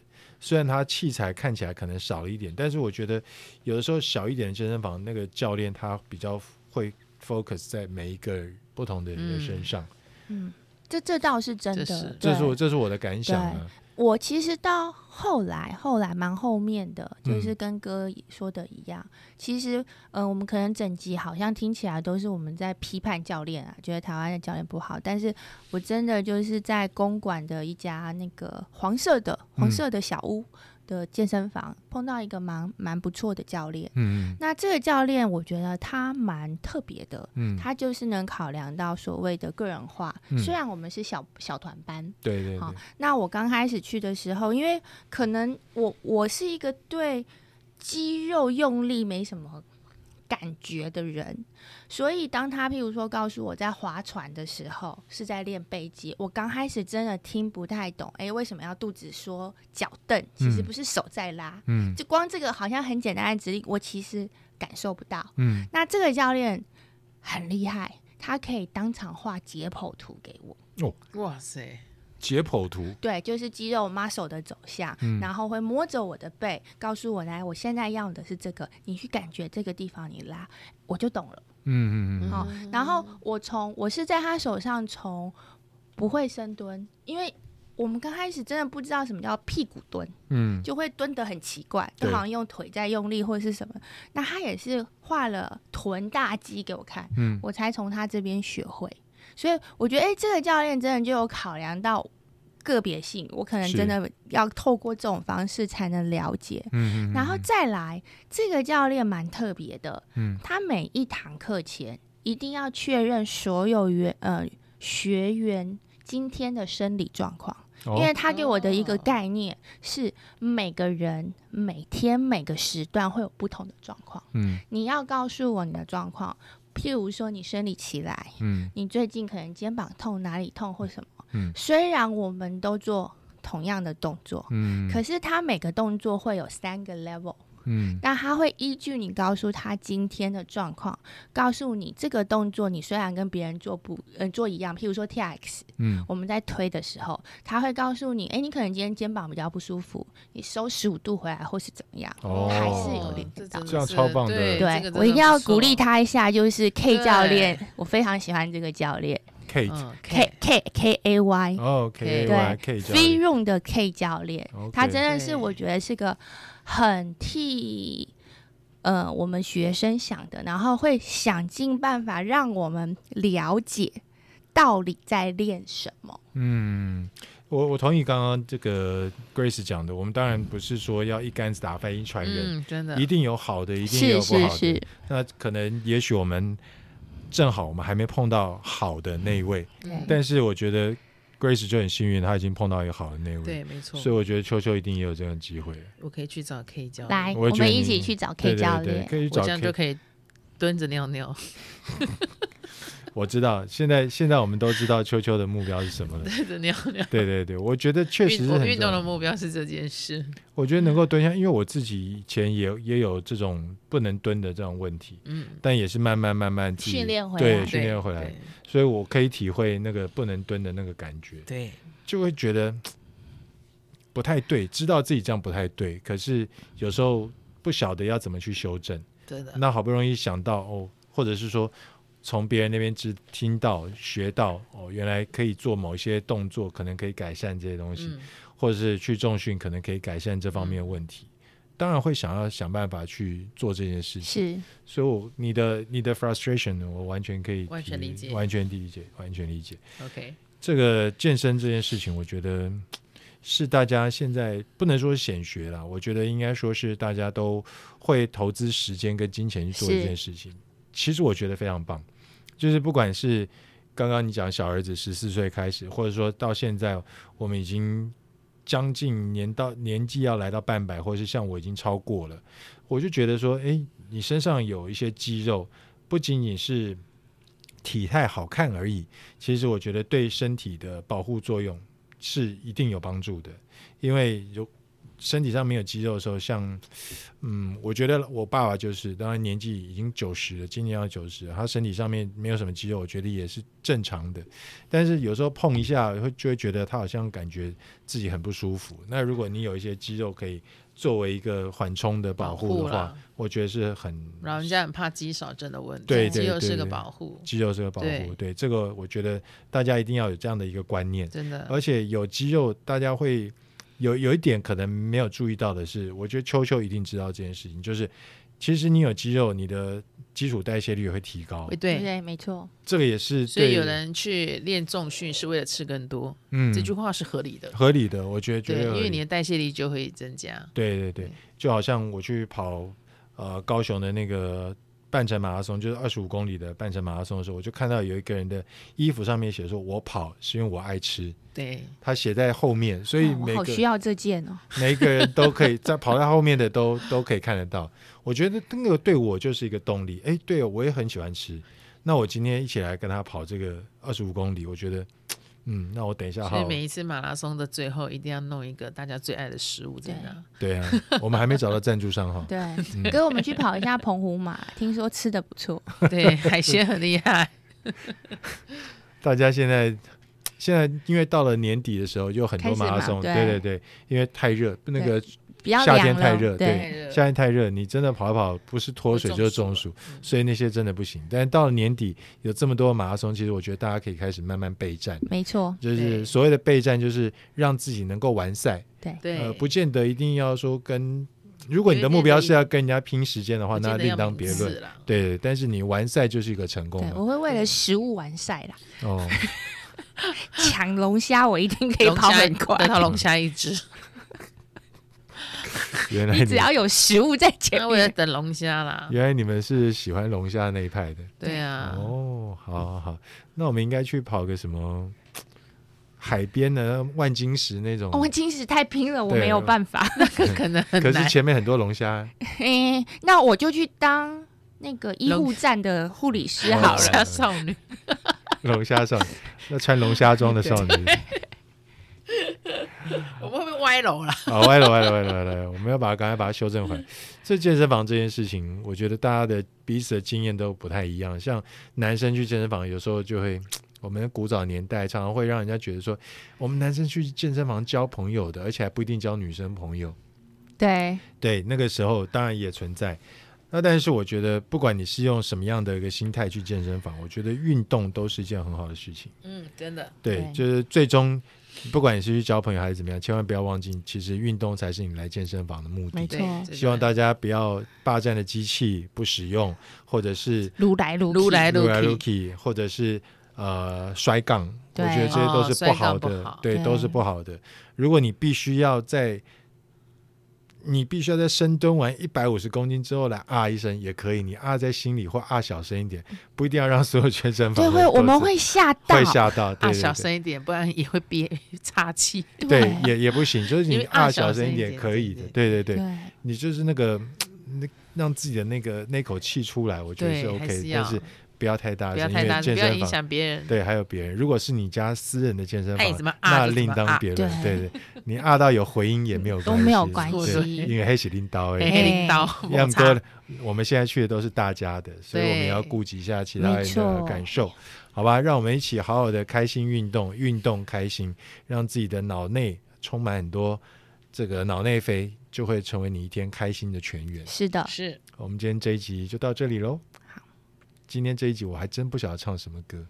Speaker 1: 虽然它器材看起来可能少了一点，但是我觉得有的时候小一点的健身房，那个教练他比较会 focus 在每一个不同的人身
Speaker 3: 嗯
Speaker 1: 上，
Speaker 2: 嗯，这这倒是真的。
Speaker 3: 这是
Speaker 1: 这是
Speaker 2: 对
Speaker 1: 我这是我的感想啊。
Speaker 2: 我其实到后来，后来蛮后面的，
Speaker 1: 嗯
Speaker 2: 就是跟哥说的一样。其实，呃，我们可能整集好像听起来都是我们在批判教练啊，觉得台湾的教练不好。但是我真的就是在公馆的一家那个黄色的黄
Speaker 1: 嗯
Speaker 2: 色的小屋的健身房，碰到一个蛮蛮不错的教练。
Speaker 1: 嗯
Speaker 2: 那这个教练，我觉得他蛮特别的，
Speaker 1: 嗯，
Speaker 2: 他就是能考量到所谓的个人化。
Speaker 1: 嗯
Speaker 2: 虽然我们是小小团班，
Speaker 1: 对对对
Speaker 2: 好，那我刚开始去的时候，因为可能我我是一个对肌肉用力没什么感觉的人，所以当他譬如说告诉我在划船的时候是在练背肌，我刚开始真的听不太懂，诶，为什么要肚子缩、脚蹬？其实
Speaker 1: 嗯
Speaker 2: 不是手在拉，
Speaker 1: 嗯
Speaker 2: 就光这个好像很简单的指令，我其实感受不到。
Speaker 1: 嗯，
Speaker 2: 那这个教练很厉害，他可以当场画解剖图给我。
Speaker 3: 哇塞，
Speaker 1: 解剖图，
Speaker 2: 对，就是肌肉 muscle 的走向，
Speaker 1: 嗯
Speaker 2: 然后会摸着我的背，告诉我来，我现在要的是这个，你去感觉这个地方，你拉，我就懂了。哦
Speaker 1: 嗯嗯嗯，
Speaker 2: 好、然后我从我是在他手上从不会深蹲，因为我们刚开始真的不知道什么叫屁股蹲，
Speaker 1: 嗯，
Speaker 2: 就会蹲得很奇怪，
Speaker 1: 对
Speaker 2: 就好像用腿在用力或者是什么。那他也是画了臀大肌给我看，
Speaker 1: 嗯，
Speaker 2: 我才从他这边学会。所以我觉得，哎、这个教练真的就有考量到个别性，我可能
Speaker 1: 是
Speaker 2: 真的要透过这种方式才能了解。
Speaker 1: 嗯嗯，
Speaker 2: 然后再来，这个教练蛮特别的，
Speaker 1: 嗯
Speaker 2: 他每一堂课前一定要确认所有员呃学员今天的生理状况。
Speaker 1: 哦
Speaker 2: 因为他给我的一个
Speaker 3: 哦
Speaker 2: 概念是，每个人每天每个时段会有不同的状况。
Speaker 1: 嗯
Speaker 2: 你要告诉我你的状况，譬如说你生理期来，
Speaker 1: 嗯
Speaker 2: 你最近可能肩膀痛、哪里痛或什么。
Speaker 1: 嗯
Speaker 2: 虽然我们都做同样的动作，
Speaker 1: 嗯，
Speaker 2: 可是他每个动作会有三个 level。
Speaker 1: 嗯
Speaker 2: 那他会依据你告诉他今天的状况，告诉你这个动作你虽然跟别人做不嗯、做一样，譬如说 T X，
Speaker 1: 嗯
Speaker 2: 我们在推的时候，他会告诉你，哎，你可能今天肩膀比较不舒服，你收十五度回来，或是怎么样，
Speaker 1: 哦
Speaker 2: 还是有点
Speaker 3: 这
Speaker 2: 到
Speaker 3: 真。的
Speaker 1: 这样
Speaker 3: 是
Speaker 1: 超棒的
Speaker 2: 对、
Speaker 3: 对，这个真的
Speaker 2: 我一定要
Speaker 3: 不错
Speaker 2: 鼓励。他一下，就是 K
Speaker 3: 对
Speaker 2: 教练，我非常喜欢这个教练
Speaker 1: ，Kate，
Speaker 3: 嗯
Speaker 2: ，K K K A Y
Speaker 1: 哦，K A Y K 教
Speaker 2: V Room 的 K 教练
Speaker 1: OK
Speaker 2: 他真的是
Speaker 3: 对
Speaker 2: 我觉得是个很替呃我们学生想的，然后会想尽办法让我们了解到底在练什么。
Speaker 1: 嗯，我我同意刚刚这个 Grace 讲的，我们当然不是说要一竿子打翻一船人，
Speaker 3: 嗯，真的
Speaker 1: 一定有好的，一定
Speaker 2: 是
Speaker 1: 有不
Speaker 2: 是
Speaker 1: 好的
Speaker 2: 是。，
Speaker 1: 那可能也许我们正好我们还没碰到好的那一位，
Speaker 2: 对
Speaker 1: 但是我觉得 Grace 就很幸运，她已经碰到一个好的那一位，
Speaker 3: 对，没错
Speaker 1: 所，以我觉得秋秋一定也有这样的机会。
Speaker 3: 我可以去找 K 教练
Speaker 2: 来，
Speaker 1: 我也
Speaker 2: 我
Speaker 1: 觉得
Speaker 2: 们
Speaker 1: 你
Speaker 2: 一起去找
Speaker 1: 对
Speaker 2: K 教
Speaker 1: 对对，
Speaker 2: 练。
Speaker 1: 可以去
Speaker 3: 我
Speaker 1: 找
Speaker 3: 这样就
Speaker 1: K。
Speaker 3: 可以蹲着尿尿。
Speaker 1: 我知道，现在现在我们都知道秋秋的目标是什 么了。
Speaker 3: 对着尿尿。
Speaker 1: 对对对，我觉得确实
Speaker 3: 运
Speaker 1: 是
Speaker 3: 我
Speaker 1: 很
Speaker 3: 运
Speaker 1: 重
Speaker 3: 动的
Speaker 1: 要。
Speaker 3: 目标是这件事。
Speaker 1: 我觉得能够蹲下，因为我自己以前也也有这种不能蹲的这种问题，
Speaker 3: 嗯，
Speaker 1: 但也是慢慢慢慢自己
Speaker 2: 训练回
Speaker 1: 对
Speaker 2: 来
Speaker 1: 训练回来，所以我可以体会那个不能蹲的那个感觉，
Speaker 3: 对，
Speaker 1: 就会觉得嘖嗯不太对，知道自己这样不太对，可是有时候不晓得要怎么去修正。
Speaker 2: 嗯
Speaker 3: 对真的。
Speaker 1: 那好不容易想到哦，或者是说从别人那边知听到学到哦，原来可以做某一些动作，可能可以改善这些东西，
Speaker 3: 嗯，
Speaker 1: 或者是去重训可能可以改善这方面的问题。当然会想要想办法去做这件事情，
Speaker 2: 是，
Speaker 1: 所以我你的你的 frustration 我完全可以
Speaker 3: 完
Speaker 1: 体
Speaker 3: 全理解
Speaker 1: 完全理解，完全理解。
Speaker 3: OK，
Speaker 1: 这个健身这件事情，我觉得嗯是大家现在不能说显学啦，我觉得应该说是大家都会投资时间跟金钱去做
Speaker 2: 是
Speaker 1: 一件事情。其实我觉得非常棒，就是不管是刚刚你讲小儿子十四岁开始，或者说到现在，我们已经将近年到年纪要来到半百，或者是像我已经超过了，我就觉得说，哎，你身上有一些肌肉，不仅仅是体态好看而已，其实我觉得对身体的保护作用是一定有帮助的，因为有身体上没有肌肉的时候，像嗯，我觉得我爸爸就是，当然年纪已经九十了，今年要九十，他身体上面没有什么肌肉，我觉得也是正常的。但是有时候碰一下，会就会觉得他好像感觉自己很不舒服。那如果你有一些肌肉可以作为一个缓冲的保护
Speaker 3: 保
Speaker 1: 的
Speaker 3: 护
Speaker 1: 话
Speaker 3: 啦，
Speaker 1: 我觉得是很
Speaker 3: 老人家很怕肌少症的问题，
Speaker 1: 对对
Speaker 3: 肌肉
Speaker 1: 对
Speaker 3: 是个
Speaker 1: 对
Speaker 3: 保护，
Speaker 1: 肌肉是个保护。
Speaker 3: 对
Speaker 1: 对这个，我觉得大家一定要有这样的一个观念。
Speaker 3: 真的。
Speaker 1: 而且有肌肉，大家会有有一点可能没有注意到的是，我觉得秋秋一定知道这件事情，就是其实你有肌肉，你的基础代谢率也会提高
Speaker 3: 会，对，
Speaker 2: 对，没错，
Speaker 1: 这个也是
Speaker 3: 所以有
Speaker 1: 对
Speaker 3: 人去练重训是为了吃更多，
Speaker 1: 嗯
Speaker 3: 这句话是合理的。
Speaker 1: 合理的，我觉得绝
Speaker 3: 对，
Speaker 1: 对合
Speaker 3: 因为
Speaker 1: 理。
Speaker 3: 你的代谢力就会增加。
Speaker 1: 对对对
Speaker 3: 对，
Speaker 1: 就好像我去跑呃高雄的那个。半程马拉松就是二十五公里的半程马拉松的时候，我就看到有一个人的衣服上面写说：“我跑是因为我爱吃。
Speaker 3: 对，”
Speaker 1: 他写在后面，所以
Speaker 2: 哦
Speaker 1: 每个、
Speaker 2: 我好需要这件哦。
Speaker 1: 每一个人都可以在跑在后面的都都可以看得到。我觉得那个对我就是一个动力。哎，对、哦，我也很喜欢吃。那我今天一起来跟他跑这个二十五公里，我觉得，嗯，那我等一下
Speaker 3: 所以
Speaker 1: 好，
Speaker 3: 每一次马拉松的最后一定要弄一个大家最爱的食物在那。
Speaker 1: 对啊，我们还没找到赞助商哈。
Speaker 2: 对
Speaker 1: 嗯，
Speaker 2: 跟我们去跑一下澎湖马，听说吃的不 错。
Speaker 3: 对，海鲜很厉害。
Speaker 1: 大家现在现在因为到了年底的时候，有很多
Speaker 2: 开始
Speaker 1: 马拉
Speaker 2: 嘛
Speaker 1: 松，
Speaker 2: 对
Speaker 1: 对对对，因为太热，那个
Speaker 2: 比较
Speaker 1: 夏天
Speaker 2: 凉
Speaker 1: 太
Speaker 2: 了
Speaker 1: 热，
Speaker 2: 对
Speaker 3: 太热
Speaker 1: 夏天太热，你真的跑一跑，不是脱水就是中暑，
Speaker 3: 嗯
Speaker 1: 所以那些真的不行。但是到了年底有这么多马拉松，其实我觉得大家可以开始慢慢备战，
Speaker 2: 没错，
Speaker 1: 就是
Speaker 3: 对
Speaker 1: 所谓的备战，就是让自己能够完赛，
Speaker 2: 对，
Speaker 3: 对，
Speaker 1: 呃，不见得一定要说跟，如果你的
Speaker 3: 有一点
Speaker 1: 目标是
Speaker 3: 累
Speaker 1: 要跟人家拼时间的话，
Speaker 3: 我觉
Speaker 1: 那
Speaker 3: 得
Speaker 1: 另
Speaker 3: 要
Speaker 1: 当
Speaker 3: 名
Speaker 1: 别
Speaker 3: 次
Speaker 1: 论。
Speaker 3: 啦。
Speaker 1: 对对，但是你完赛就是一个成功
Speaker 2: 对
Speaker 1: 了
Speaker 2: 我会为了
Speaker 3: 对
Speaker 2: 食物完赛啦，
Speaker 1: 哦。嗯
Speaker 2: 抢龙虾我一定可以
Speaker 3: 龙
Speaker 2: 跑
Speaker 3: 虾
Speaker 2: 很快
Speaker 3: 得，到龙虾 一只，
Speaker 1: 原来
Speaker 2: 你
Speaker 1: 你
Speaker 2: 只要有食物在前
Speaker 3: 那我也
Speaker 2: 面，
Speaker 3: 等龙 虾啦。
Speaker 1: 原来你们是喜欢龙虾那一派的。
Speaker 3: 对啊，
Speaker 1: 哦，好好好，那我们应该去跑个什么海边的万金石那种，
Speaker 2: 哦我金石太拼了，我
Speaker 1: 对
Speaker 2: 没有办法。
Speaker 3: 这可能很
Speaker 1: 可是
Speaker 3: 难。
Speaker 1: 前面很多龙虾，
Speaker 2: 诶、 那我就去当那个医
Speaker 3: 龙
Speaker 2: 护站的护理师
Speaker 1: 哦
Speaker 2: 好
Speaker 3: 龙
Speaker 2: 了。
Speaker 3: 虾少女，
Speaker 1: 龙虾少女，那穿龙虾装的少女。
Speaker 3: 我们会不会歪楼啦？
Speaker 1: 好，哦歪了歪了歪了歪了，我们要把它赶快把它修正回来。这健身房这件事情，我觉得大家的彼此的经验都不太一样。像男生去健身房，有时候就会，我们古早年代常常会让人家觉得说，我们男生去健身房交朋友的，而且还不一定交女生朋友。
Speaker 2: 对，
Speaker 1: 对，那个时候当然也存在。那但是我觉得，不管你是用什么样的一个心态去健身房，我觉得运动都是一件很好的事情。
Speaker 3: 嗯，真的，
Speaker 1: 对，
Speaker 2: 对
Speaker 1: 就是最终，不管你是去交朋友还是怎么样，千万不要忘记，其实运动才是你来健身房的目
Speaker 2: 没
Speaker 1: 的。
Speaker 2: 错
Speaker 3: 对，真的
Speaker 1: 希望大家不要霸占的机器不使用，或者是
Speaker 2: 撸来撸
Speaker 3: 撸
Speaker 2: 去
Speaker 3: 来
Speaker 1: 撸来撸
Speaker 3: 撸去，
Speaker 1: 去，或者是呃摔杠，我
Speaker 2: 对
Speaker 1: 觉得这些都
Speaker 3: 哦
Speaker 1: 是
Speaker 3: 摔
Speaker 1: 不
Speaker 3: 杠
Speaker 1: 好
Speaker 3: 不
Speaker 1: 的，
Speaker 3: 好
Speaker 1: 对，
Speaker 2: 对
Speaker 1: 都是不好的。如果你必须要在你必须要在深蹲完一百五十公斤之后来啊一声也可以，你啊在心里或啊小声一
Speaker 3: 嗯
Speaker 1: 点，不一定要让所有全身
Speaker 2: 对，
Speaker 1: 房的
Speaker 2: 会
Speaker 1: 人都
Speaker 2: 我们
Speaker 1: 知
Speaker 2: 会吓到，
Speaker 1: 会吓到，对
Speaker 3: 啊，
Speaker 1: 对
Speaker 3: 小
Speaker 1: 对
Speaker 3: 声一点，不然也会憋 岔气。
Speaker 1: 对也也不行，就是
Speaker 3: 因
Speaker 1: 你
Speaker 3: 为啊
Speaker 1: 啊
Speaker 3: 小
Speaker 1: 小声
Speaker 3: 声
Speaker 1: 一
Speaker 3: 一
Speaker 1: 点
Speaker 3: 点
Speaker 1: 可
Speaker 3: 对
Speaker 1: 以的
Speaker 3: 对，
Speaker 1: 对对对
Speaker 2: 对，
Speaker 1: 你就是那个那让自己的那个那口气出来，我觉得是
Speaker 3: 对，还
Speaker 1: OK，
Speaker 3: 是
Speaker 1: 但
Speaker 3: 要
Speaker 1: 是不要太大
Speaker 3: 不
Speaker 1: 声，
Speaker 3: 要
Speaker 1: 因
Speaker 3: 太大
Speaker 1: 为健
Speaker 3: 声，不要
Speaker 1: 身
Speaker 3: 影
Speaker 1: 房
Speaker 3: 响别人。
Speaker 1: 对，还有别人。如果是你家私人的健身
Speaker 3: 哎
Speaker 1: 房，
Speaker 3: 怎么啊
Speaker 1: 那
Speaker 3: 就怎
Speaker 1: 另
Speaker 3: 么
Speaker 1: 当
Speaker 3: 啊
Speaker 1: 别论。对
Speaker 2: 对嗯
Speaker 1: 对，你啊到有回音也没有
Speaker 2: 都
Speaker 1: 关系，
Speaker 2: 没有关
Speaker 1: 对
Speaker 2: 系
Speaker 1: 因为黑起拎刀
Speaker 3: 嘿
Speaker 1: 哎。
Speaker 3: 嘿，领导，
Speaker 1: 亮
Speaker 3: 摩
Speaker 1: 哥
Speaker 3: 擦，，
Speaker 1: 我们现在去的都是大家的，所以我们
Speaker 3: 对
Speaker 1: 要顾及一下其他
Speaker 2: 没
Speaker 1: 人的
Speaker 2: 错
Speaker 1: 感受，好吧？让我们一起好好的开心运动，运动开心，让自己的脑内充满很多这个脑内啡，就会成为你一天开心的泉源。
Speaker 2: 是的，
Speaker 3: 是
Speaker 1: 我们今天这一集就到这里喽。
Speaker 2: 好，
Speaker 1: 今天这一集我还真不晓得唱什么歌，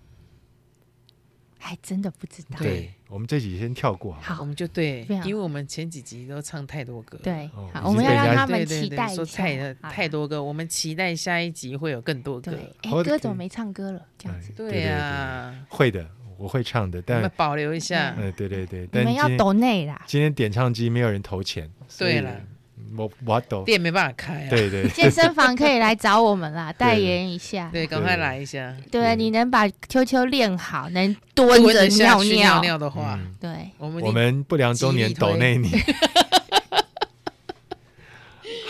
Speaker 2: 还真的不知道。
Speaker 3: 对
Speaker 1: 我们这集先跳过好了。
Speaker 2: 好
Speaker 3: 啊我们就对
Speaker 2: 非，常
Speaker 3: 因为我们前几集都唱太多歌，
Speaker 2: 对
Speaker 1: 哦，
Speaker 2: 好，
Speaker 1: 已
Speaker 2: 我们
Speaker 1: 经
Speaker 2: 要
Speaker 1: 被人
Speaker 2: 让
Speaker 1: 家
Speaker 2: 他
Speaker 3: 对
Speaker 2: 们
Speaker 3: 对
Speaker 2: 期
Speaker 3: 对
Speaker 2: 待一
Speaker 3: 说
Speaker 2: 下
Speaker 3: 太
Speaker 2: 好
Speaker 3: 太多歌，我们期待下一集会有更多歌。
Speaker 2: 对，哎，
Speaker 1: 好嗯
Speaker 2: 歌怎
Speaker 1: 对
Speaker 2: 么没唱歌了？这样子，
Speaker 1: 哎对
Speaker 3: 对呀，
Speaker 1: 会的，我会唱的，
Speaker 3: 我
Speaker 1: 但
Speaker 3: 们保留一下。
Speaker 1: 嗯、对对对，
Speaker 2: 你
Speaker 1: 但
Speaker 2: 们
Speaker 1: 今
Speaker 2: 要
Speaker 1: 天
Speaker 2: 抖 内啦。
Speaker 1: 今天点唱机没有人投钱，所以
Speaker 3: 对了，
Speaker 1: 我我抖，
Speaker 3: 店没办法开啊。
Speaker 1: 对对
Speaker 2: 健身房可以来找我们啦，代
Speaker 1: 对嗯
Speaker 2: 言一下。
Speaker 3: 对，赶快来一下。
Speaker 1: 对
Speaker 2: 对，你能把秋秋练好，能蹲
Speaker 3: 蹲
Speaker 2: 着
Speaker 3: 着下去
Speaker 2: 尿
Speaker 3: 尿，的话，
Speaker 1: 嗯
Speaker 2: 对，
Speaker 3: 我们
Speaker 1: 我们不良中年抖内你。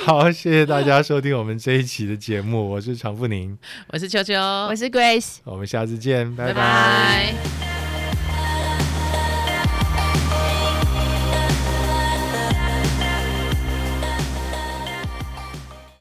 Speaker 1: 好，谢谢大家收听我们这一期的节目，我是常富宁，
Speaker 3: 我是秋秋，
Speaker 2: 我是 Grace。
Speaker 1: 我们下次见，拜
Speaker 3: 拜拜